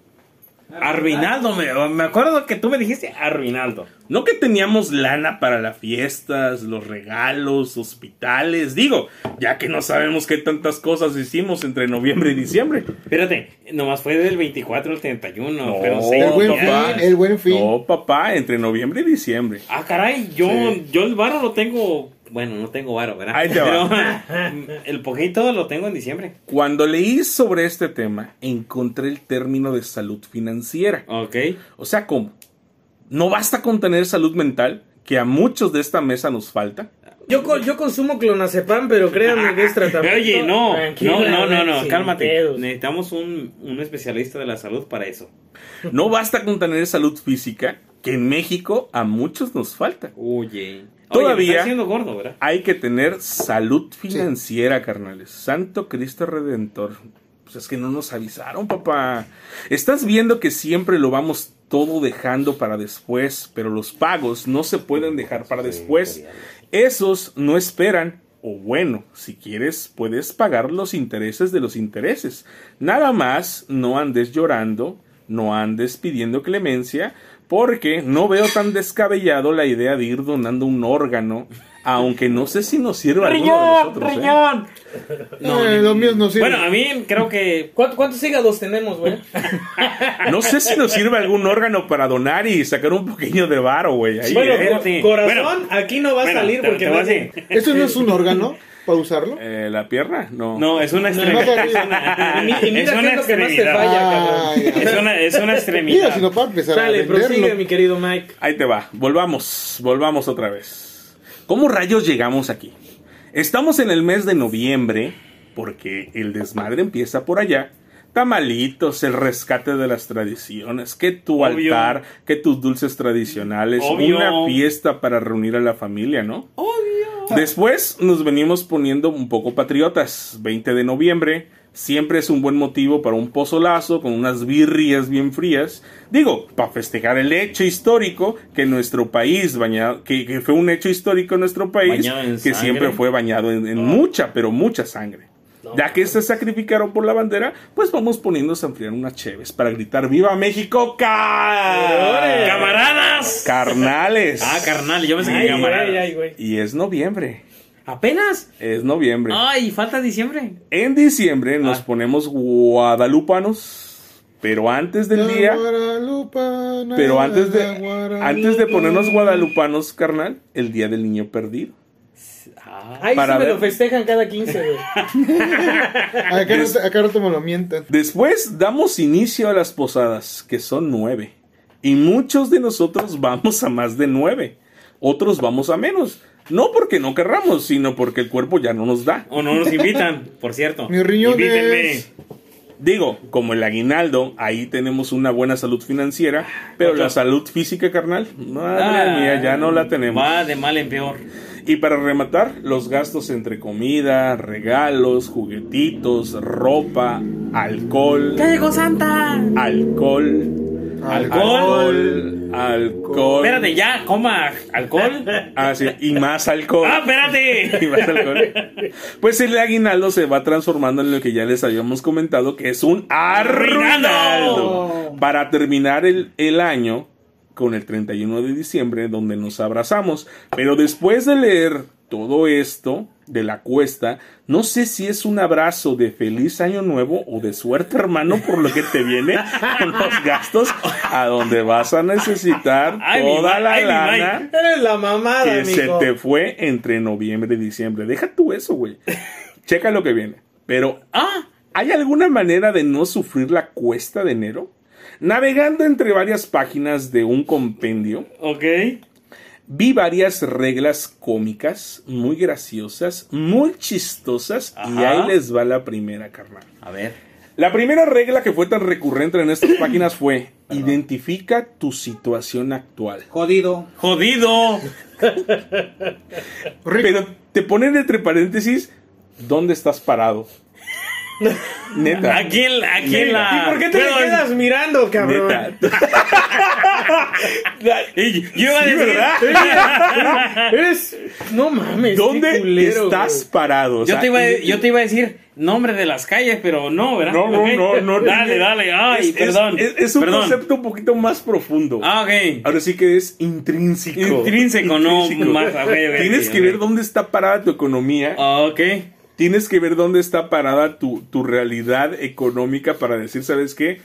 S3: Arvinaldo, me, me acuerdo que tú me dijiste Arvinaldo.
S2: No que teníamos lana para las fiestas, los regalos, hospitales, digo, ya que no sabemos qué tantas cosas hicimos entre noviembre y diciembre.
S3: Espérate, nomás fue del 24 al 31.
S2: No,
S3: pero seis
S5: el buen
S3: días.
S5: fin, el buen fin.
S2: No, papá, entre noviembre y diciembre.
S3: Ah, caray, yo,
S5: Sí.
S3: yo el varo lo tengo. Bueno, no tengo varo, ¿verdad?
S2: Ahí te va.
S3: Pero, el poquito lo tengo en diciembre.
S2: Cuando leí sobre este tema, encontré el término de salud financiera.
S3: Ok.
S2: O sea, ¿cómo? No basta con tener salud mental, que a muchos de esta mesa nos falta.
S4: Yo, co- yo consumo clonazepam, pero créanme que es tratamiento.
S3: Ah, Oye, no,
S4: tranquilo,
S3: no, no, no, no,
S4: sin
S3: cálmate.
S4: pedos.
S3: Necesitamos un, un especialista de la salud para eso.
S2: No basta con tener salud física, que en México a muchos nos falta.
S3: Oye. Oye, me
S2: Todavía-
S3: está haciendo gordo, ¿verdad?
S2: Hay que tener salud financiera, carnales. Santo Cristo Redentor. Pues es que no nos avisaron, papá. Estás viendo que siempre lo vamos todo dejando para después, pero los pagos no se pueden dejar para después. Esos no esperan. O bueno, si quieres, puedes pagar los intereses de los intereses. Nada más, no andes llorando, no andes pidiendo clemencia, Porque no veo tan descabellado la idea de ir donando un órgano, aunque no sé si nos sirva alguno de nosotros. ¿eh?
S3: No,
S5: Eh, los míos no sirven.
S3: Bueno, a mí creo que.
S4: ¿Cuántos, ¿Cuántos hígados tenemos, güey?
S2: No sé si nos sirve algún órgano para donar y sacar un pequeño de varo, güey. Ahí,
S4: bueno,
S2: eh.
S4: co-
S3: sí.
S4: corazón, aquí no va
S3: Bueno,
S4: a salir
S3: te-
S4: porque
S3: te
S4: no
S3: voy a
S4: es-
S3: decir.
S5: ¿Esto no es un órgano para usarlo?
S2: Eh, ¿La pierna? No.
S3: No, es una extremidad.
S5: no,
S4: Y mi- y mira
S3: Es
S4: qué
S3: una
S4: es lo que más te
S3: extremidad.
S4: falla,
S5: Ah,
S4: cabrón.
S5: ya.
S3: Es una, es una
S5: Mira, si no
S3: extremidad.
S5: para empezar a
S4: Dale, prosigue,
S5: venderlo.
S4: mi querido Mike.
S2: Ahí te va. Volvamos, volvamos otra vez. ¿Cómo rayos llegamos aquí? Estamos en el mes de noviembre, porque el desmadre empieza por allá. Tamalitos, el rescate de las tradiciones, que tu
S3: Obvio.
S2: altar, que tus dulces tradicionales,
S3: Obvio.
S2: una fiesta para reunir a la familia, ¿no? Obvio. Después nos venimos poniendo un poco patriotas. 20 de noviembre siempre es un buen motivo para un pozolazo con unas birrias bien frías. Digo, para festejar el hecho histórico que nuestro país, bañado, que, que fue un hecho histórico en nuestro país,
S3: Bañado en
S2: que
S3: sangre.
S2: siempre fue bañado en, en mucha, pero mucha sangre. Ya que se sacrificaron por la bandera, pues vamos poniéndonos a enfriar unas cheves para gritar ¡Viva México!
S4: eh.
S2: ¡Ca-
S3: ¡Camaradas!
S2: ¡Carnales!
S3: Ah, carnal, yo pensé que
S4: Ay, güey,
S3: camaradas.
S4: ay, güey.
S2: Y es noviembre.
S3: ¿Apenas?
S2: Es noviembre.
S4: Ah.
S3: Ay, falta diciembre.
S2: En diciembre nos
S3: Ah.
S2: ponemos guadalupanos, pero antes del día,
S5: Guadalupana,
S2: pero antes de,
S5: Guadalupe.
S2: antes de ponernos guadalupanos, carnal, el día del niño perdido.
S4: Ahí sí
S2: Para
S4: me
S2: ver.
S4: lo festejan cada 15, güey.
S5: Acá no, te- acá no te me lo mientan.
S2: Después damos inicio a las posadas, que son nueve. Y muchos de nosotros vamos a más de nueve. Otros vamos a menos. No porque no querramos, sino porque el cuerpo ya no nos da.
S3: O no nos invitan, por cierto.
S5: Mis riñones.
S3: Invítenme.
S2: Digo, como el aguinaldo, ahí tenemos una buena salud financiera, pero
S3: Otra.
S2: la salud física, carnal, madre
S3: Ah,
S2: mía, ya no la tenemos.
S3: Va de mal en peor.
S2: Y para rematar, los gastos entre comida, regalos, juguetitos, ropa, alcohol. ¡Ya llegó Santa! Alcohol. Alcohol.
S3: Alcohol.
S2: alcohol.
S3: Espérate, ya, coma alcohol.
S2: Ah, sí, y más alcohol.
S3: ¡Ah, espérate!
S2: Y más alcohol. Pues el aguinaldo se va transformando en lo que ya les habíamos comentado, que es un arruinaldo. Para terminar el, el año con el 31 de diciembre, donde nos abrazamos. Pero después de leer todo esto de la cuesta, no sé si es un abrazo de feliz año nuevo o de suerte, hermano, por lo que te viene con los gastos a donde vas a necesitar
S3: Ay, mi
S2: toda
S3: ma-
S2: la
S3: ay, mi ma-
S2: lana
S4: Eres la mamada,
S2: que se
S4: amigo.
S2: te fue entre noviembre y diciembre. Deja tú eso, güey. Checa lo que viene. Pero, ah, ¿hay alguna manera de no sufrir la cuesta de enero? Navegando entre varias páginas de un compendio,
S3: Ok.
S2: vi varias reglas cómicas, muy graciosas, muy chistosas, y
S3: Ajá.
S2: ahí les va la primera, carnal.
S3: A ver.
S2: La primera regla que fue tan recurrente en estas páginas fue, identifica tu situación actual.
S1: Jodido.
S3: ¡Jodido!
S2: Pero te ponen entre paréntesis dónde estás parado. Neta.
S3: ¿A quién, a quién
S2: Neta.
S3: la.?
S4: ¿Y por qué te le
S3: puedo-
S4: quedas mirando, cabrón?
S2: Neta.
S3: Y yo iba a decir.
S2: ¿verdad?
S4: Eres. No mames. qué
S2: ¿Dónde
S4: culero,
S2: estás
S4: güey.
S2: parado? O
S3: este
S2: sea,
S3: Yo te, iba a,
S2: y-
S3: yo te iba a decir nombre de las calles, pero no, ¿verdad?
S2: No, no,
S3: Ok.
S2: no, no.
S3: Dale, dale. Ay,
S2: es-
S3: perdón.
S2: Es, es un
S3: perdón.
S2: concepto un poquito más profundo.
S3: Ah, ok.
S2: Ahora sí que es intrínseco.
S3: Intrínseco, no
S2: Intrínseco.
S3: más. ok, ok,
S2: Tienes
S3: ok,
S2: que
S3: ok.
S2: ver dónde está parada tu economía.
S3: Ah, Ok.
S2: Tienes que ver dónde está parada tu, tu realidad económica para decir, ¿sabes qué?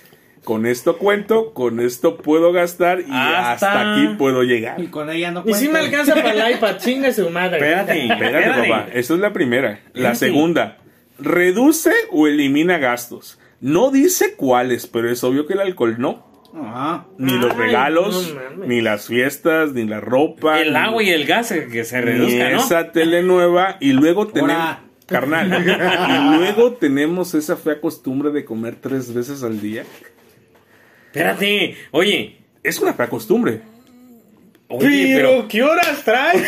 S2: Con esto cuento, con esto puedo gastar y
S3: Hasta-
S2: hasta, aquí puedo llegar.
S1: Y con ella no
S4: Y
S1: cuento.
S4: si me alcanza para el iPad, chinga su madre.
S3: Espérate.
S2: Espérate,
S3: Espérate,
S2: papá. Esa es la primera. La
S3: Espérate.
S2: segunda. Reduce o elimina gastos. No dice cuáles, pero es obvio que el alcohol no.
S1: Ajá.
S2: Ni los
S4: Ay,
S2: regalos,
S4: no mames.
S2: ni las fiestas, ni la ropa.
S3: El
S2: ni-
S3: agua y el gas que se
S2: ni
S3: reduzca, ¿no?
S2: esa tele nueva. Y luego tenemos...
S1: Ora.
S2: Carnal. y luego tenemos esa fea costumbre de comer tres veces al día.
S3: Espérate. Oye.
S2: Es una fea costumbre.
S3: Oye, pero.
S4: ¿qué horas traes?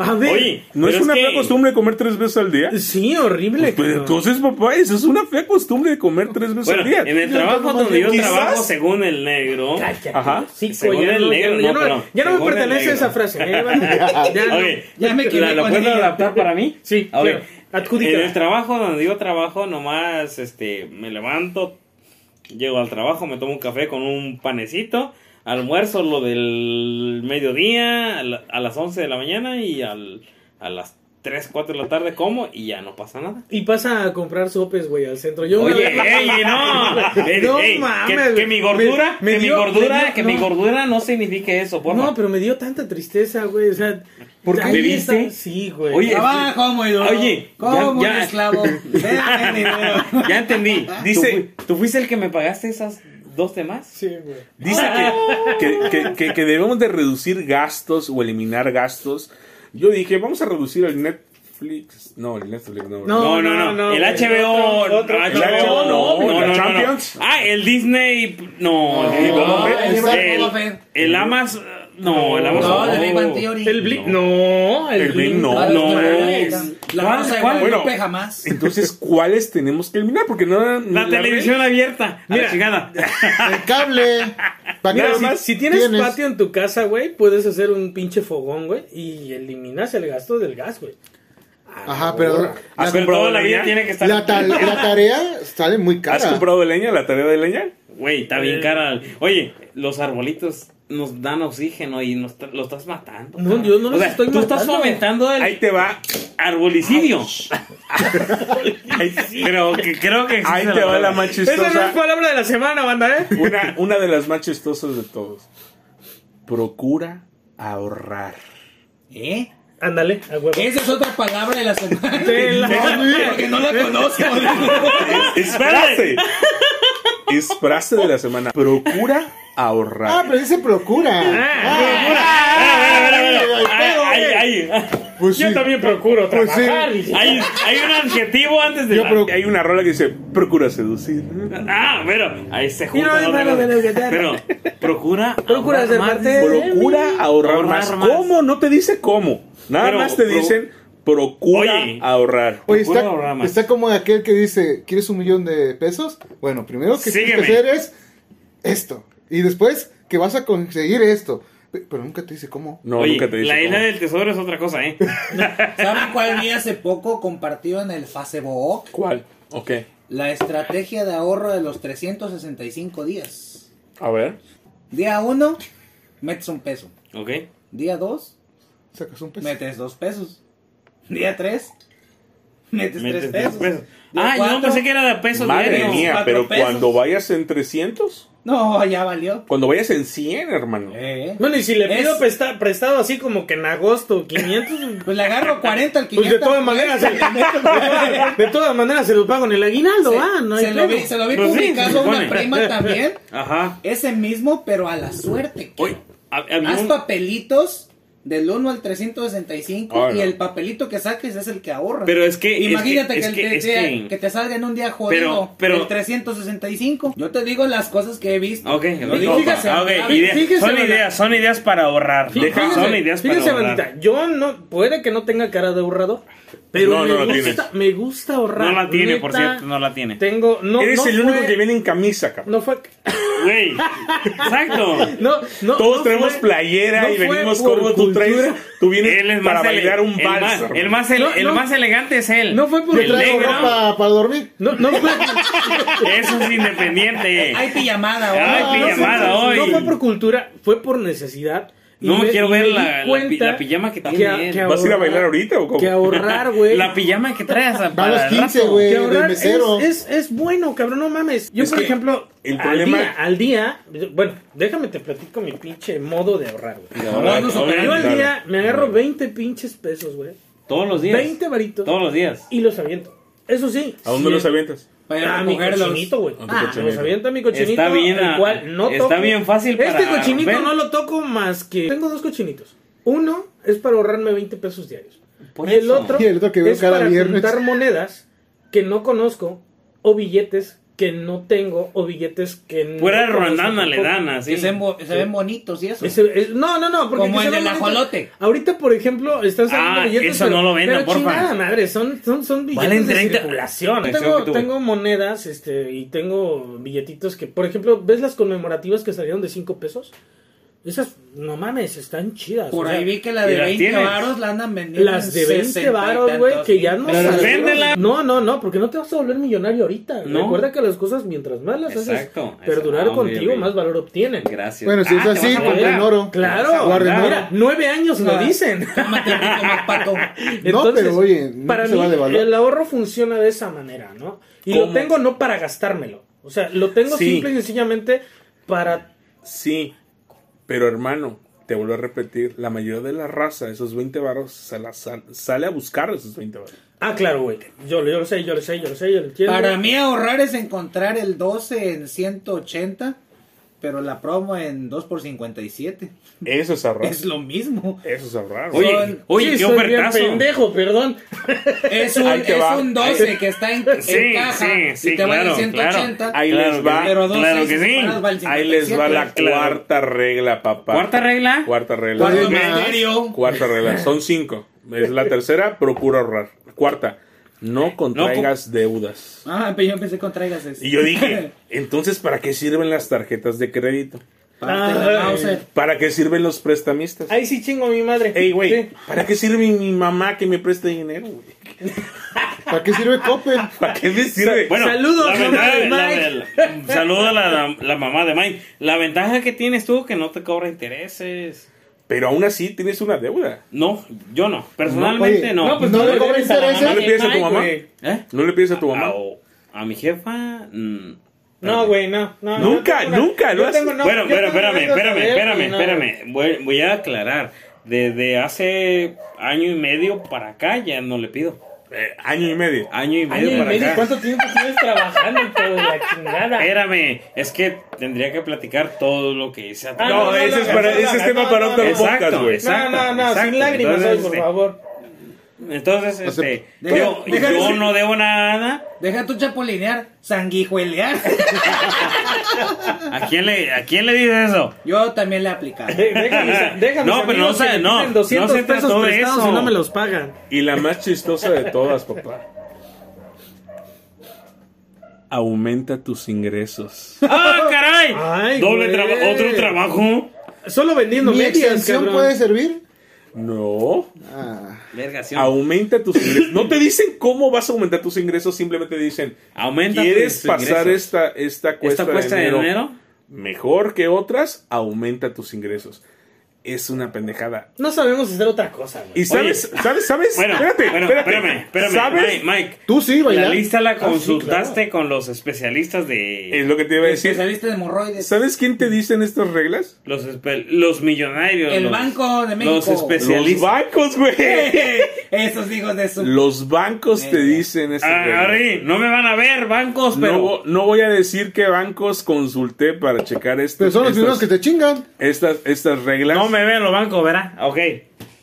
S4: A ver.
S3: Oye,
S2: ¿No
S3: pero
S2: es una
S3: que-
S2: fea costumbre comer tres veces al día?
S4: Sí, horrible.
S2: Pues
S4: cabrón.
S2: entonces, papá, esa es una fea costumbre de comer tres veces
S3: Bueno,
S2: al día.
S3: en el trabajo
S5: tomo
S3: donde yo
S5: quizás-
S3: trabajo, según el negro.
S4: Cállate,
S2: Ajá.
S4: hocico,
S3: Según
S4: ya
S3: el
S4: no-
S3: negro,
S4: ya
S3: no, pero-
S4: ya no me
S3: según el
S4: pertenece
S3: negro.
S4: esa frase. Ya, ya, ya no.
S3: Ok,
S1: ya me quedé
S3: ¿La, la
S1: con
S3: puedo
S1: ella.
S3: adaptar para mí?
S4: Sí,
S3: Ok.
S4: claro. Adjudícala.
S3: En el trabajo donde yo trabajo, nomás este, me levanto, llego al trabajo, me tomo un café con un panecito, almuerzo lo del mediodía, a, la- a las 11 de la mañana y al, a las 3, 4 de la tarde como y ya no pasa nada.
S4: Y pasa a comprar sopes, güey, al centro. Yo una
S3: Oye,
S4: vez-
S3: ey, no, Ey,
S4: No
S3: ey, que-
S4: mames,
S3: que,
S4: güey.
S3: mi gordura,
S4: Me- me
S3: que
S4: dio-
S3: mi gordura,
S4: me dio-
S3: que
S4: no.
S3: mi gordura no signifique eso, por
S4: No, pero me dio tanta tristeza, güey. O sea,
S3: ¿Por qué?
S4: ahí
S3: ¿Bebiste?
S4: está- Sí, güey.
S3: Oye,
S1: Trabajo, muy duro.
S3: Oye,
S1: como
S3: ya-
S1: un
S3: ya.
S1: esclavo. Déjame dinero.
S3: Ya entendí.
S2: Tú
S3: Dice,
S2: fui-
S3: ¿tú, fuiste el que me pagaste esas dos demás?
S4: Sí, güey.
S2: Dice que, que- que- que- que debemos de reducir gastos o eliminar gastos. Yo dije, vamos a reducir el Netflix. No, el Netflix no.
S3: No,
S4: No,
S3: no, no. el
S4: güey.
S3: HBO.
S4: Otro- otro-
S3: no,
S2: otro-
S3: HBO, no,
S2: no,
S3: no,
S2: la
S3: no, no.
S2: Champions.
S3: Ah, el Disney. No,
S2: No,
S3: el,
S2: Boba Fett,
S3: el,
S1: Boba Fett.
S3: el Amazon. No, el Amazon. Oh.
S1: No, de Big Bang Theory.
S4: El Blink. No, el,
S2: El Blink, no.
S1: Ah,
S3: No,
S1: la- La
S3: ¿Cuál-
S1: cosa
S3: cuál?
S1: igual no
S2: Bueno. Eh,
S1: pega más.
S2: Entonces, ¿cuáles tenemos que eliminar? Porque no eran-
S3: La televisión abierta. Mira,
S4: Mira.
S3: chingada.
S5: El cable. Para
S4: Mira,
S5: nada
S4: si,
S5: más
S4: si tienes, patio en tu casa, güey, puedes hacer un pinche fogón, güey, y eliminas el gasto del gas, güey.
S5: Ajá, pero
S2: ¿Has
S3: Ah, Pero
S2: comprado
S3: toda la vida
S2: leña?
S3: tiene que estar.
S5: la, ta- la tarea sale muy
S2: ¿Has
S5: cara.
S2: comprado leña, la tarea de leña?
S3: Güey, está bien cara. Oye, los arbolitos nos dan oxígeno y nos tra- lo estás matando.
S4: No,
S3: cabrón.
S4: yo no los estoy
S3: Tú estás
S4: matando.
S3: fomentando el
S2: Ahí te va,
S3: arbolicidio.
S2: ahí,
S3: Pero que creo que existe
S2: ahí te va la más
S4: Esa no es
S2: chistosa.
S4: palabra de la semana, banda, ¿eh?
S2: Una, una de las más chistosas de todos. Procura ahorrar.
S1: ¿Eh?
S4: Ándale, a huevo.
S1: Esa es otra palabra de la semana.
S4: Te la-
S1: No, porque no la conozco.
S2: Es, es frase. Es frase de la semana. Procura
S5: Ah,
S2: ahorrar.
S5: pero dice procura. Ah,
S3: Ah, bueno, bueno,
S5: Ay,
S3: bueno. Ahí, ahí, ahí.
S5: Pues
S4: Yo
S5: sí.
S4: también procuro
S5: Pues sí.
S4: trabajar. dije.
S3: Hay, hay un adjetivo antes de.
S5: Yo
S3: la-
S5: pro-
S2: Hay una rola que dice, procura seducir.
S3: Ah, pero ahí se junta.
S4: no, no, no, no, no, no.
S3: pero procura.
S4: Procura
S3: ahorrar
S4: ser
S3: más.
S4: parte de-
S2: Procura ahorrar,
S3: Ahorrar
S2: más.
S3: más.
S2: ¿Cómo? No te dice cómo. Nada
S3: Pero,
S2: más te
S3: pro-
S2: dicen, procura
S3: Oye.
S2: ahorrar.
S5: Oye,
S3: Procura
S5: está,
S3: ahorrar más.
S5: está como aquel que dice, ¿quieres un millón de pesos? Bueno, primero que tienes que
S3: Sígueme.
S5: hacer es esto. Y después que vas a conseguir esto. Pe- Pero nunca te dice cómo.
S2: No,
S3: Oye,
S2: nunca te dice
S3: la
S2: cómo.
S3: isla del tesoro es otra cosa, ¿eh?
S1: ¿Saben cuál vi hace poco compartido en el Facebook?
S2: ¿Cuál? Ok.
S1: La estrategia de ahorro de los 365 días.
S2: A ver.
S1: Día 1, metes un peso.
S3: ok.
S1: Día 2,
S5: Sacas un peso.
S1: metes dos pesos. Día 3, metes
S3: Metes
S1: tres
S3: tres
S1: pesos.
S3: pesos.
S1: Día
S3: Ah, yo
S1: cuatro,
S3: no pensé que era de pesos
S2: Madre
S3: diarios.
S2: mía,
S1: Cuatro
S2: pero
S1: pesos.
S2: cuando vayas en 300,
S1: No, ya valió.
S2: cuando vayas en 100, hermano.
S1: Eh.
S4: Bueno, y si le pido
S1: Es-
S4: presta- prestado así como que en agosto, 500,
S1: Pues le agarro 40 al 500.
S4: pues de todas maneras, se- de todas- de todas maneras se lo pago en el aguinaldo,
S1: Se,
S4: ah, no hay
S1: se lo vi,
S4: pedo.
S1: se lo vi
S3: Pues sí, se
S1: publicado a
S3: supone.
S1: una prima también.
S3: Ajá.
S1: Ese mismo, pero a la suerte.
S3: Oye, a- había
S1: Haz
S3: un-
S1: papelitos del 1 al 365
S2: Ah,
S1: y
S2: no.
S1: el papelito que saques es el que ahorra.
S3: Pero es que-
S1: Imagínate
S3: es
S1: que,
S3: que-
S1: el de-
S3: es
S1: día-
S3: que-
S1: que te salga en un día jodido
S3: Pero- pero-
S1: el 365. Yo te digo las cosas que he visto.
S3: Ok,
S1: Lo
S3: ok.
S1: digo, fíjese,
S3: Ah, ok,
S1: a ver,
S3: idea-
S4: fíjese,
S3: son
S4: Lola.
S3: ideas, son ideas para ahorrar. Deja-
S4: Fíjense,
S3: son ideas para
S4: fíjense,
S3: ahorrar.
S4: bandita, yo no, puede que no tenga cara de ahorrador, pero
S2: No, no
S4: me,
S2: la
S4: gusta,
S2: tienes.
S4: me gusta ahorrar.
S3: No la tiene,
S4: neta,
S3: por cierto, no la tiene.
S4: Tengo, no,
S2: Eres
S4: no
S2: el
S4: fue-
S2: único que viene en camisa, cabrón.
S4: No fue,
S3: Güey, exacto.
S4: no, no,
S2: Todos
S4: no
S2: tenemos
S4: fue-
S2: playera
S4: no
S2: y
S4: fue
S2: venimos
S4: por
S2: como tú traes.
S4: cultura.
S2: Tú vienes
S3: Él es más
S2: para
S3: ele-
S2: bailar un
S3: el más-
S2: vals.
S3: El más,
S2: hermano.
S3: ele-
S4: No,
S3: el
S4: no.
S3: más elegante es él.
S4: No fue por
S3: el
S5: Traigo
S3: negro.
S5: ropa para dormir.
S4: No, no fue,
S3: Eso es independiente.
S1: Hay pijamada
S3: Ay,
S1: ahora.
S4: no,
S3: pijamada.
S4: no, no,
S3: hoy.
S4: No fue por cultura, fue por necesidad.
S3: No me quiero ver
S4: di
S3: la- la
S4: cuenta
S3: pi- la pijama que tiene
S4: a-
S3: él.
S4: que
S2: ¿Vas a ir a
S4: ahorrar-
S2: bailar ahorita o cómo?
S4: Que ahorrar, güey.
S3: La pijama que traes a-
S5: Va a
S3: para
S5: los
S3: el
S5: 15,
S3: rato.
S5: güey,
S4: Que
S5: de
S4: ahorrar es,
S5: mesero.
S4: es, es bueno, cabrón, no mames. Yo,
S2: Es
S4: por
S2: que
S4: ejemplo,
S2: el
S4: al,
S2: problema-
S4: día, al día, bueno, déjame te platico mi pinche modo de ahorrar, güey.
S2: Ahora,
S1: Modus
S2: ahora,
S1: operandi.
S4: Yo al
S2: claro.
S4: día me agarro 20 pinches pesos, güey.
S3: Todos los días.
S4: 20 varitos
S3: Todos los días.
S4: y los aviento. Eso sí.
S2: ¿A dónde
S4: sí,
S2: los avientas?
S1: Para
S4: a Ah, mi
S1: recogerlos.
S4: cochinito, güey.
S2: A tu
S4: Ah,
S2: cochinito.
S4: los aviento a mi cochinito.
S3: Está bien,
S4: el
S3: ah,
S4: cual no
S3: está
S4: toco.
S3: bien fácil para
S4: Este cochinito
S3: romper.
S4: no lo toco más que. Tengo dos cochinitos. Uno es para ahorrarme 20 pesos diarios.
S3: Por
S4: y el
S3: eso.
S4: otro
S5: Y el otro que veo
S4: es
S5: cada
S4: para
S5: viernes.
S4: juntar monedas que no conozco o billetes que no tengo o billetes que no.
S3: Fuera
S4: conozco
S3: rondana le
S4: tampoco.
S3: dan así.
S1: Que se, mo- se ven bonitos y eso.
S4: Ese- es- no, no, no. Porque
S1: Como
S4: quizá
S1: el del
S4: no ahorita-
S1: ajolote.
S4: Ahorita, por ejemplo, están saliendo
S3: Ah,
S4: billetes.
S3: eso
S4: pero-
S3: no lo venda,
S4: pero
S3: porfa.
S4: chingada madre, son, son, son billetes
S3: Valen
S4: de
S3: 30.
S4: circulación.
S3: Eso
S4: Tengo,
S3: que tuve.
S4: tengo monedas este, y tengo billetitos que, por ejemplo, ¿ves las conmemorativas que salieron de 5 pesos? Esas, no mames, están chidas.
S1: Por
S4: o sea,
S1: ahí vi que la de
S3: ¿y las
S1: 20
S3: tienes?
S1: varos la andan vendiendo.
S4: Las de
S1: en
S4: 20
S1: 60 y
S4: varos,
S1: tantos
S4: güey, que
S1: mil
S4: ya no
S1: pesos.
S4: salieron.
S3: véndela.
S4: No, no, no, porque no te vas a volver millonario ahorita.
S3: No.
S4: Recuerda que las cosas, mientras más las
S3: Exacto,
S4: haces perdurar
S3: exacto,
S4: contigo,
S3: hombre.
S4: más valor obtienen.
S3: Gracias.
S5: Bueno, si es
S3: Ah, te
S5: así,
S3: vas a
S5: compren
S3: comprar.
S5: oro.
S3: Te vas
S4: Claro,
S3: a guardar.
S4: mira, nueve años lo
S1: Claro.
S4: dicen.
S1: Cálmate, rico, más pato.
S5: No, pero oye, no
S4: para
S5: se
S4: mí
S5: va de valor.
S4: el ahorro funciona de esa manera, ¿no? Y lo
S3: ¿Cómo?
S4: tengo no para gastármelo. O sea, lo tengo
S2: Sí.
S4: simple y sencillamente para...
S2: Sí, pero hermano, te vuelvo a repetir, la mayoría de la raza, esos 20 varos, sal- sal- sale a buscar esos 20 varos.
S4: Ah, claro, güey. Yo, yo lo sé, yo lo sé, yo lo sé, yo lo entiendo.
S1: Para mí ahorrar es encontrar el 12 en 180, pero la promo en 2 por 57.
S2: Eso es ahorrar.
S1: Es lo mismo.
S2: Eso es ahorrar. güey.
S3: Oye, oye,
S4: Sí,
S3: qué
S4: soy bien
S3: ofertazo.
S4: pendejo, perdón.
S1: Es un,
S2: Ahí te
S1: es
S2: va.
S1: un 12 que está en, en
S3: Sí,
S1: caja
S3: sí, sí,
S1: y te van
S3: claro,
S1: en 180.
S3: claro.
S2: Ahí
S3: claro
S2: les
S3: que
S2: va.
S3: sí.
S1: Pero dos
S3: Claro
S1: seis
S3: que sí.
S1: separadas va el
S2: Ahí les va la
S1: 57.
S3: Claro.
S2: cuarta regla, papá.
S3: ¿Cuarta regla?
S2: Cuarta regla.
S1: Cuarto
S5: Cuarta
S2: Cuarta,
S1: misterio.
S2: regla. Son cinco. Es la tercera, procura ahorrar. Cuarta, no contraigas deudas.
S1: Ah, pero yo empecé con traigas eso.
S2: Y yo dije, entonces, ¿para qué sirven las tarjetas de crédito?
S1: Parte de
S4: Ah,
S1: Mauser.
S2: ¿Para qué sirven los prestamistas?
S4: Ahí sí chingo a mi madre.
S2: Ey, güey,
S4: Sí.
S2: ¿para qué sirve mi mamá que me preste dinero, güey?
S5: ¿Para qué sirve Coppel?
S2: ¿Para qué me sirve?
S3: Bueno,
S4: Saludos,
S3: la
S4: mamá
S3: ventaja-
S4: de
S3: la-
S4: Mike.
S3: la- saluda a la, la- la mamá de Mike. La ventaja que tienes tú que no te cobra intereses.
S2: Pero aún así tienes una deuda.
S3: No, yo no. Personalmente
S5: Oye,
S3: no.
S5: no, pues, ¿no le cobra
S4: debes a la
S5: intereses?
S4: mamá
S2: ¿No le
S4: de
S2: pides a tu
S4: Mike,
S2: mamá?
S4: güey.
S3: ¿Eh?
S2: ¿No le pides a tu
S3: A,
S2: mamá?
S3: o- a mi jefa. mm,
S4: No, güey, no, no.
S2: Nunca,
S4: yo tengo
S2: nunca,
S4: yo
S2: lo
S4: tengo
S2: has-
S4: una-
S3: bueno,
S4: yo
S3: bueno,
S4: tengo una
S3: espérame,
S4: regla
S3: espérame,
S4: de él,
S3: espérame,
S4: no.
S3: espérame. Voy, voy a aclarar. Desde hace año y medio para acá ya no le pido.
S2: Eh, año y medio.
S3: Año y medio
S4: Año y
S3: para
S4: medio,
S3: acá. Eh,
S4: ¿Cuánto tiempo tienes trabajando, hijo de la chingada?
S3: Espérame, es que tendría que platicar todo lo que hice. atrás.
S4: Ah,
S2: No, ese es para- ese es tema para otro
S4: no.
S2: podcast, güey.
S4: No, no, no, sin lágrimas,
S3: Entonces,
S4: hoy, por
S3: este,
S4: favor.
S3: Entonces,
S5: O sea,
S3: este,
S1: deja-
S3: yo,
S1: deja
S3: yo
S1: de-
S3: no debo nada.
S1: Deja tu chapulinear, sanguijuelear.
S3: ¿A quién le, a quién le dices eso?
S1: Yo también le he aplicado.
S4: Eh, Déjame, sa- déjame
S3: No, pero no
S4: amigos,
S3: se-
S4: que me
S3: no,
S4: quiten
S3: no
S4: 200
S3: se trata
S4: pesos
S3: de
S4: prestados
S3: eso.
S4: y no me los pagan.
S2: Y la más chistosa de todas, papá. Aumenta tus ingresos.
S3: ¡Ah, caray!
S4: Ay,
S3: Doble
S4: güey.
S3: trabajo, otro trabajo.
S4: Solo vendiendo
S5: ¿Mi
S4: medias,
S5: extensión
S4: cabrón.
S5: puede servir?
S2: No.
S5: Ah.
S3: Verga, sí.
S2: Aumenta tus ingresos. No te dicen cómo vas a aumentar tus ingresos, simplemente dicen,
S3: Aumenta
S2: ¿quieres
S3: tus ingresos.
S2: pasar esta, esta cuesta,
S3: esta cuesta de dinero.
S2: mejor que otras? Aumenta tus ingresos. Es una pendejada.
S4: No sabemos hacer otra cosa, güey.
S2: ¿Y sabes? ¿Sabes? ¿Sabes?
S3: Bueno,
S2: espérate,
S3: bueno,
S2: espérate.
S3: espérame, espérame.
S2: ¿Sabes? Ah,
S3: Mike, Mike,
S5: Tú sí,
S3: la
S5: bailar.
S3: lista la consultaste
S4: claro.
S3: con los especialistas de...
S2: Es lo que te iba a decir.
S1: Especialista Pues, de hemorroides.
S2: ¿Sabes quién te dicen estas reglas?
S3: Los, espe- los millonarios.
S1: El
S3: los-
S1: Banco de México.
S3: Los
S2: Los
S3: especialistas.
S2: bancos, güey.
S1: Esos hijos de su.
S2: Los bancos te dicen estas
S3: Ah,
S2: reglas.
S3: Ari, no me van a ver, bancos, pero.
S2: No, vo- no voy a decir qué bancos consulté para checar esto.
S5: Pero son los primeros que te chingan.
S2: estas, estas reglas.
S3: No me ven los bancos, ¿verdad? Ok.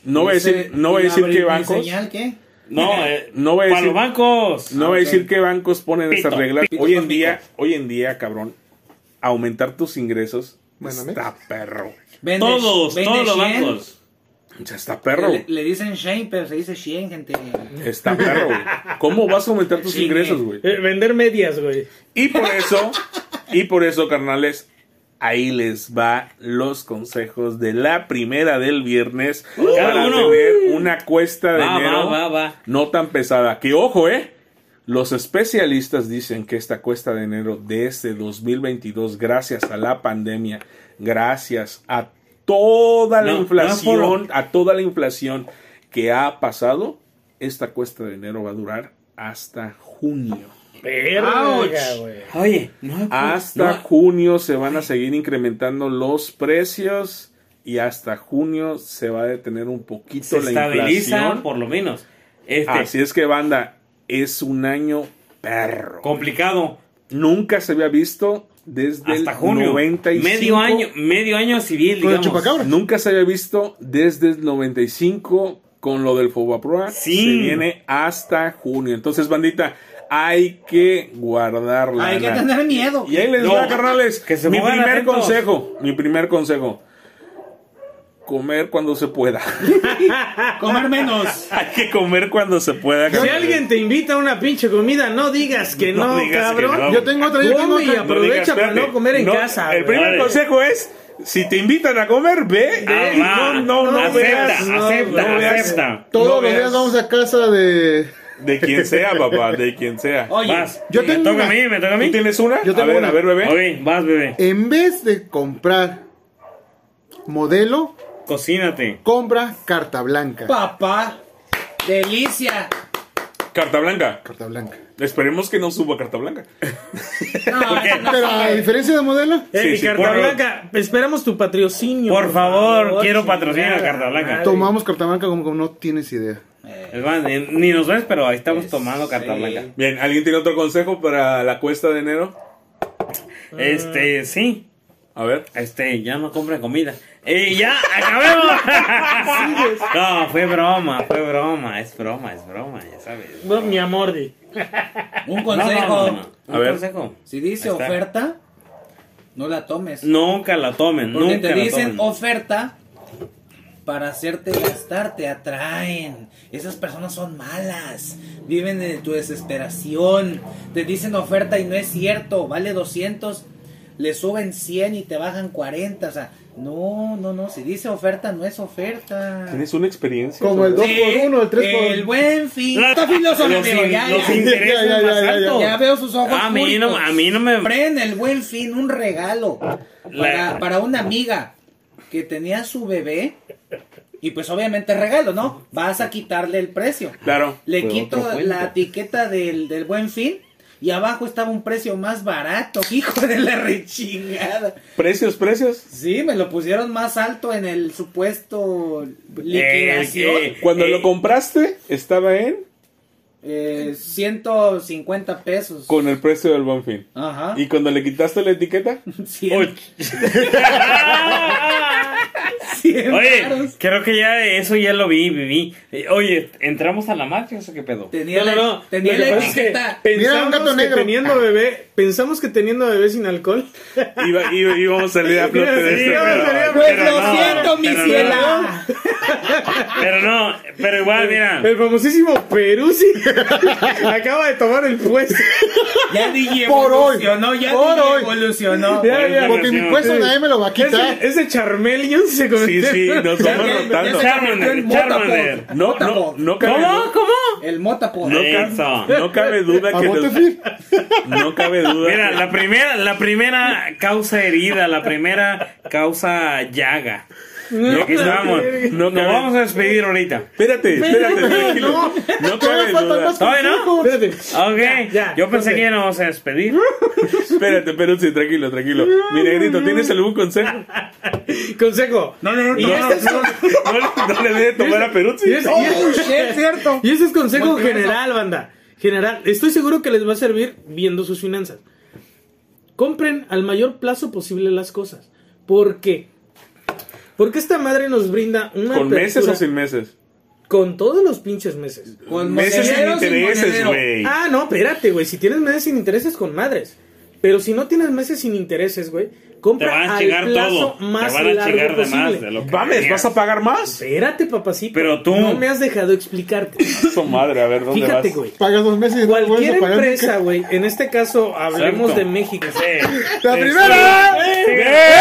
S2: No voy a decir, no voy a decir qué bancos.
S1: señal qué?
S3: No, eh,
S2: No voy a
S3: para
S2: decir-
S3: los bancos.
S2: No voy a decir qué bancos ponen
S3: Pito,
S2: estas reglas.
S1: pito
S2: Hoy
S1: con
S2: en día, hoy en día, cabrón, aumentar tus ingresos
S5: Bueno,
S2: está perro.
S1: Vende-
S3: todos,
S1: vende
S3: todos los
S1: Shein.
S3: bancos.
S2: O sea, está perro.
S1: Le, le dicen Shane, pero se dice Shane, gente.
S2: Está perro. güey. ¿Cómo vas a aumentar tus
S1: Chingue.
S2: ingresos, güey?
S4: Eh, vender medias, güey.
S2: Y por eso, y por eso, carnales, ahí les va los consejos de la primera del viernes
S3: Uh, Cada
S2: para
S3: uno.
S2: tener una cuesta de
S3: Va,
S2: enero
S3: va, va, va.
S2: no tan pesada. Que ojo, eh. Los especialistas dicen que esta cuesta de enero de este 2022, gracias a la pandemia, gracias a toda la
S3: No, no,
S2: inflación,
S3: por-
S2: a toda la inflación que ha pasado, esta cuesta de enero va a durar hasta junio.
S4: Verga, güey.
S3: Oye, no.
S2: Hasta
S3: no-
S2: junio se van a seguir incrementando los precios y hasta junio se va a detener un poquito
S3: se
S2: la
S3: estabiliza,
S2: inflación.
S3: por lo menos. Este,
S2: Así es que banda, es un año perro.
S3: complicado.
S2: Nunca se había visto desde
S3: Hasta
S2: el
S3: junio.
S2: 95.
S3: medio año, medio año civil,
S5: Con el
S3: digamos.
S5: chupacabra.
S2: Nunca se había visto desde el 95 con lo del Fobaproa.
S3: Sí.
S2: Se viene hasta junio. Entonces, bandita, hay que guardar la
S1: Hay que tener miedo.
S2: Y ahí les
S3: No,
S2: va, carnales.
S3: que se
S2: mi
S3: muevan
S2: primer
S3: atentos.
S2: consejo, mi primer consejo. Comer cuando se pueda.
S1: Comer menos.
S2: Hay que comer cuando se pueda.
S4: Si
S2: carnales.
S4: alguien te invita a una pinche comida, no digas que
S2: No
S4: no,
S2: digas que
S4: cabrón.
S2: no.
S5: Yo tengo otra, yo tengo
S4: Come y
S5: otra.
S2: No digas,
S4: aprovecha para
S2: espérate,
S4: no comer en
S2: no,
S4: casa.
S2: El
S4: güey.
S2: primer
S3: Vale.
S2: consejo es Si te invitan a comer, ve.
S3: Ah,
S2: y
S3: va.
S2: no, no, no
S3: acepta,
S2: veas, no,
S3: acepta,
S2: no veas
S3: acepta.
S5: Todos
S2: No
S5: los días
S2: veas.
S5: vamos a casa de.
S2: De quien sea, papá, de quien sea.
S1: Oye,
S3: Vas.
S5: yo
S3: me
S5: tengo
S3: toca
S5: una.
S3: a mí, me toca a mí.
S2: ¿Tú tienes una?
S5: Yo
S2: a
S5: tengo
S2: ver,
S5: una.
S2: a ver, bebé.
S3: Ok, vas, bebé.
S5: En vez de comprar modelo,
S3: Cocínate.
S5: compra carta blanca.
S1: papá, delicia.
S2: Carta blanca.
S5: Carta blanca.
S2: Esperemos que no suba carta blanca.
S1: No,
S3: qué?
S1: eso no
S5: Pero a
S1: sabe.
S5: diferencia de modelo,
S4: Eh,
S2: Sí,
S4: mi
S2: sí,
S4: carta
S2: por-
S4: blanca, esperamos tu patrocinio.
S3: Por favor, quiero patrocinar a Carta Blanca.
S5: tomamos carta blanca como que no tienes idea.
S1: Eh,
S3: Es más, ni, ni nos ves, pero ahí
S2: Eh,
S3: estamos tomando carta
S1: Sí.
S3: blanca.
S2: Bien, ¿alguien tiene otro consejo para la cuesta de enero? Ah.
S3: Este, sí.
S2: A ver.
S3: Este, ya no compren comida. ¡Y ya! ¡Acabemos! no, fue broma, fue broma. Es broma, es broma, ya sabes.
S4: No, mi amor, di.
S1: Un
S3: No, no,
S1: consejo.
S3: no, no.
S2: A
S3: Un
S2: ver.
S3: consejo.
S1: Si dice
S3: Ahí está.
S1: oferta, no la tomes.
S3: Nunca la tomen,
S1: Porque
S3: nunca
S1: te
S3: la
S1: dicen "Oh,
S3: tomen.
S1: oferta para hacerte gastar, te atraen. Esas personas son malas, viven de tu desesperación. Te dicen oferta y no es cierto, vale 200, le suben 100 y te bajan 40. O sea, no, no, no, si dice oferta, no es oferta.
S2: ¿Tienes una experiencia?
S5: Como el 2
S1: Sí,
S5: por 1 el 3 por
S1: El buen fin. Está
S3: los,
S1: filosofía,
S3: in-
S1: ya,
S3: los
S1: ya.
S3: intereses
S5: Ya, ya,
S3: más
S5: ya, ya,
S3: altos.
S1: Ya veo sus ojos.
S3: A mí no,
S1: cultos.
S3: a mí no me...
S1: Compren el buen fin un regalo para,
S3: La-
S1: para una amiga que tenía su bebé y pues obviamente regalo, ¿no? Vas a quitarle el precio.
S2: Claro.
S1: Le
S3: Fue
S1: quito
S3: otro cuento.
S1: la etiqueta del, del buen fin y abajo estaba un precio más barato, hijo de la rechingada.
S2: ¿Precios, precios?
S1: Sí, me lo pusieron más alto en el supuesto
S3: Eh,
S1: liquidación.
S3: que-
S2: Cuando
S3: Eh.
S2: lo compraste, estaba en...
S1: Eh, 150 pesos.
S2: Con el precio del buen fin.
S1: Ajá.
S2: ¿Y cuando le quitaste la etiqueta?
S1: 100,
S3: Oye, creo que ya eso ya lo vi, viví. Eh, Oye, ¿entramos a la magia o qué pedo?
S1: Tenía
S4: No, no,
S1: la,
S4: no.
S1: tenía
S4: Lo que
S1: la
S4: pasa es que
S1: etiqueta.
S5: Mira, un
S4: pensamos
S5: gato
S4: que
S5: negro.
S4: teniendo bebé, pensamos que teniendo bebé sin alcohol.
S2: Iba, iba, íbamos a salir a flote de
S4: Sí,
S2: este,
S4: íbamos a
S2: pero-
S4: salir a
S1: Pues
S3: Pero
S1: lo
S3: no,
S1: siento, mi
S3: pero no.
S1: ciela.
S3: Pero no, pero igual, mira.
S4: El famosísimo Peruzzi acaba de tomar el puesto.
S1: Ya DJ
S5: Por hoy,
S1: evolucionó, ya
S5: por
S1: DJ
S5: hoy.
S1: evolucionó.
S4: Ya, ya.
S5: Porque mi puesto
S4: Sí.
S5: nadie me lo va a quitar.
S4: Ese, ese Charmelion se
S2: Sí,
S4: convirtió.
S2: sí, nos
S1: Ya,
S2: vamos
S1: ya, ya
S2: rotando.
S1: se convirtió en
S3: Charmander,
S1: Motapod.
S2: No,
S3: Charmander.
S2: no,
S1: Motapod.
S2: no cabe,
S3: ¿Cómo? ¿Cómo?
S1: El Motapod.
S2: No,
S3: Eso.
S2: cabe, no cabe duda
S5: ¿A
S2: que...
S5: vos te
S2: nos-
S5: fui?
S2: no cabe duda.
S3: Mira,
S2: que-
S3: la primera, la primera causa herida, la primera causa llaga. Y aquí estamos.
S2: No,
S3: Nos
S2: no.
S3: vamos a despedir ahorita.
S2: Espérate, espérate, tranquilo.
S5: No,
S2: No
S5: todavía
S2: cabe
S5: faltan
S2: duda.
S5: más
S3: Ay, ¿no?
S5: consejos.
S4: Espérate.
S3: Ok,
S4: ya,
S3: yo pensé
S4: ok.
S3: que ya nos vamos a despedir.
S2: Espérate, Peruzzi, tranquilo, tranquilo. Mi negrito, ¿tienes algún consejo?
S4: Consejo.
S3: No, no, no,
S4: Y
S3: no,
S4: este-
S2: No, no le debe tomar a
S4: y
S2: Peruzzi.
S4: este-
S1: Oh,
S4: y este-
S1: shit, es cierto.
S4: Y ese es consejo
S1: Multiverso.
S4: general, banda. General, estoy seguro que les va a servir viendo sus finanzas. Compren al mayor plazo posible las cosas. ¿Por qué? Porque esta madre nos brinda una
S2: ¿Con meses
S4: apertura
S2: o sin meses?
S4: con todos los pinches meses.
S1: Con
S2: Meses sin
S1: monedero, sin
S2: intereses,
S1: monedero.
S2: güey.
S4: Ah, no, espérate, güey. Si tienes meses sin intereses, con madres. Pero si no tienes meses sin intereses, güey,
S3: Te
S4: compra
S3: van a
S4: al
S3: llegar
S4: plazo
S3: todo. Te
S4: más
S3: van a
S4: largo
S3: llegar de
S4: posible.
S3: más de lo que
S2: Vames,
S3: tenías.
S2: ¿vas a pagar más?
S4: Espérate, papacito.
S3: Pero tú-
S4: No me has dejado explicarte.
S2: Su madre, a ver, ¿dónde
S4: Fíjate,
S2: vas?
S4: güey.
S5: Pagas dos meses y no
S4: Cualquier
S5: vuelves a pagar.
S4: empresa, güey, en este caso hablemos
S3: Exacto.
S4: de México.
S3: Sí.
S4: eh.
S5: ¡La primera!
S3: Sí.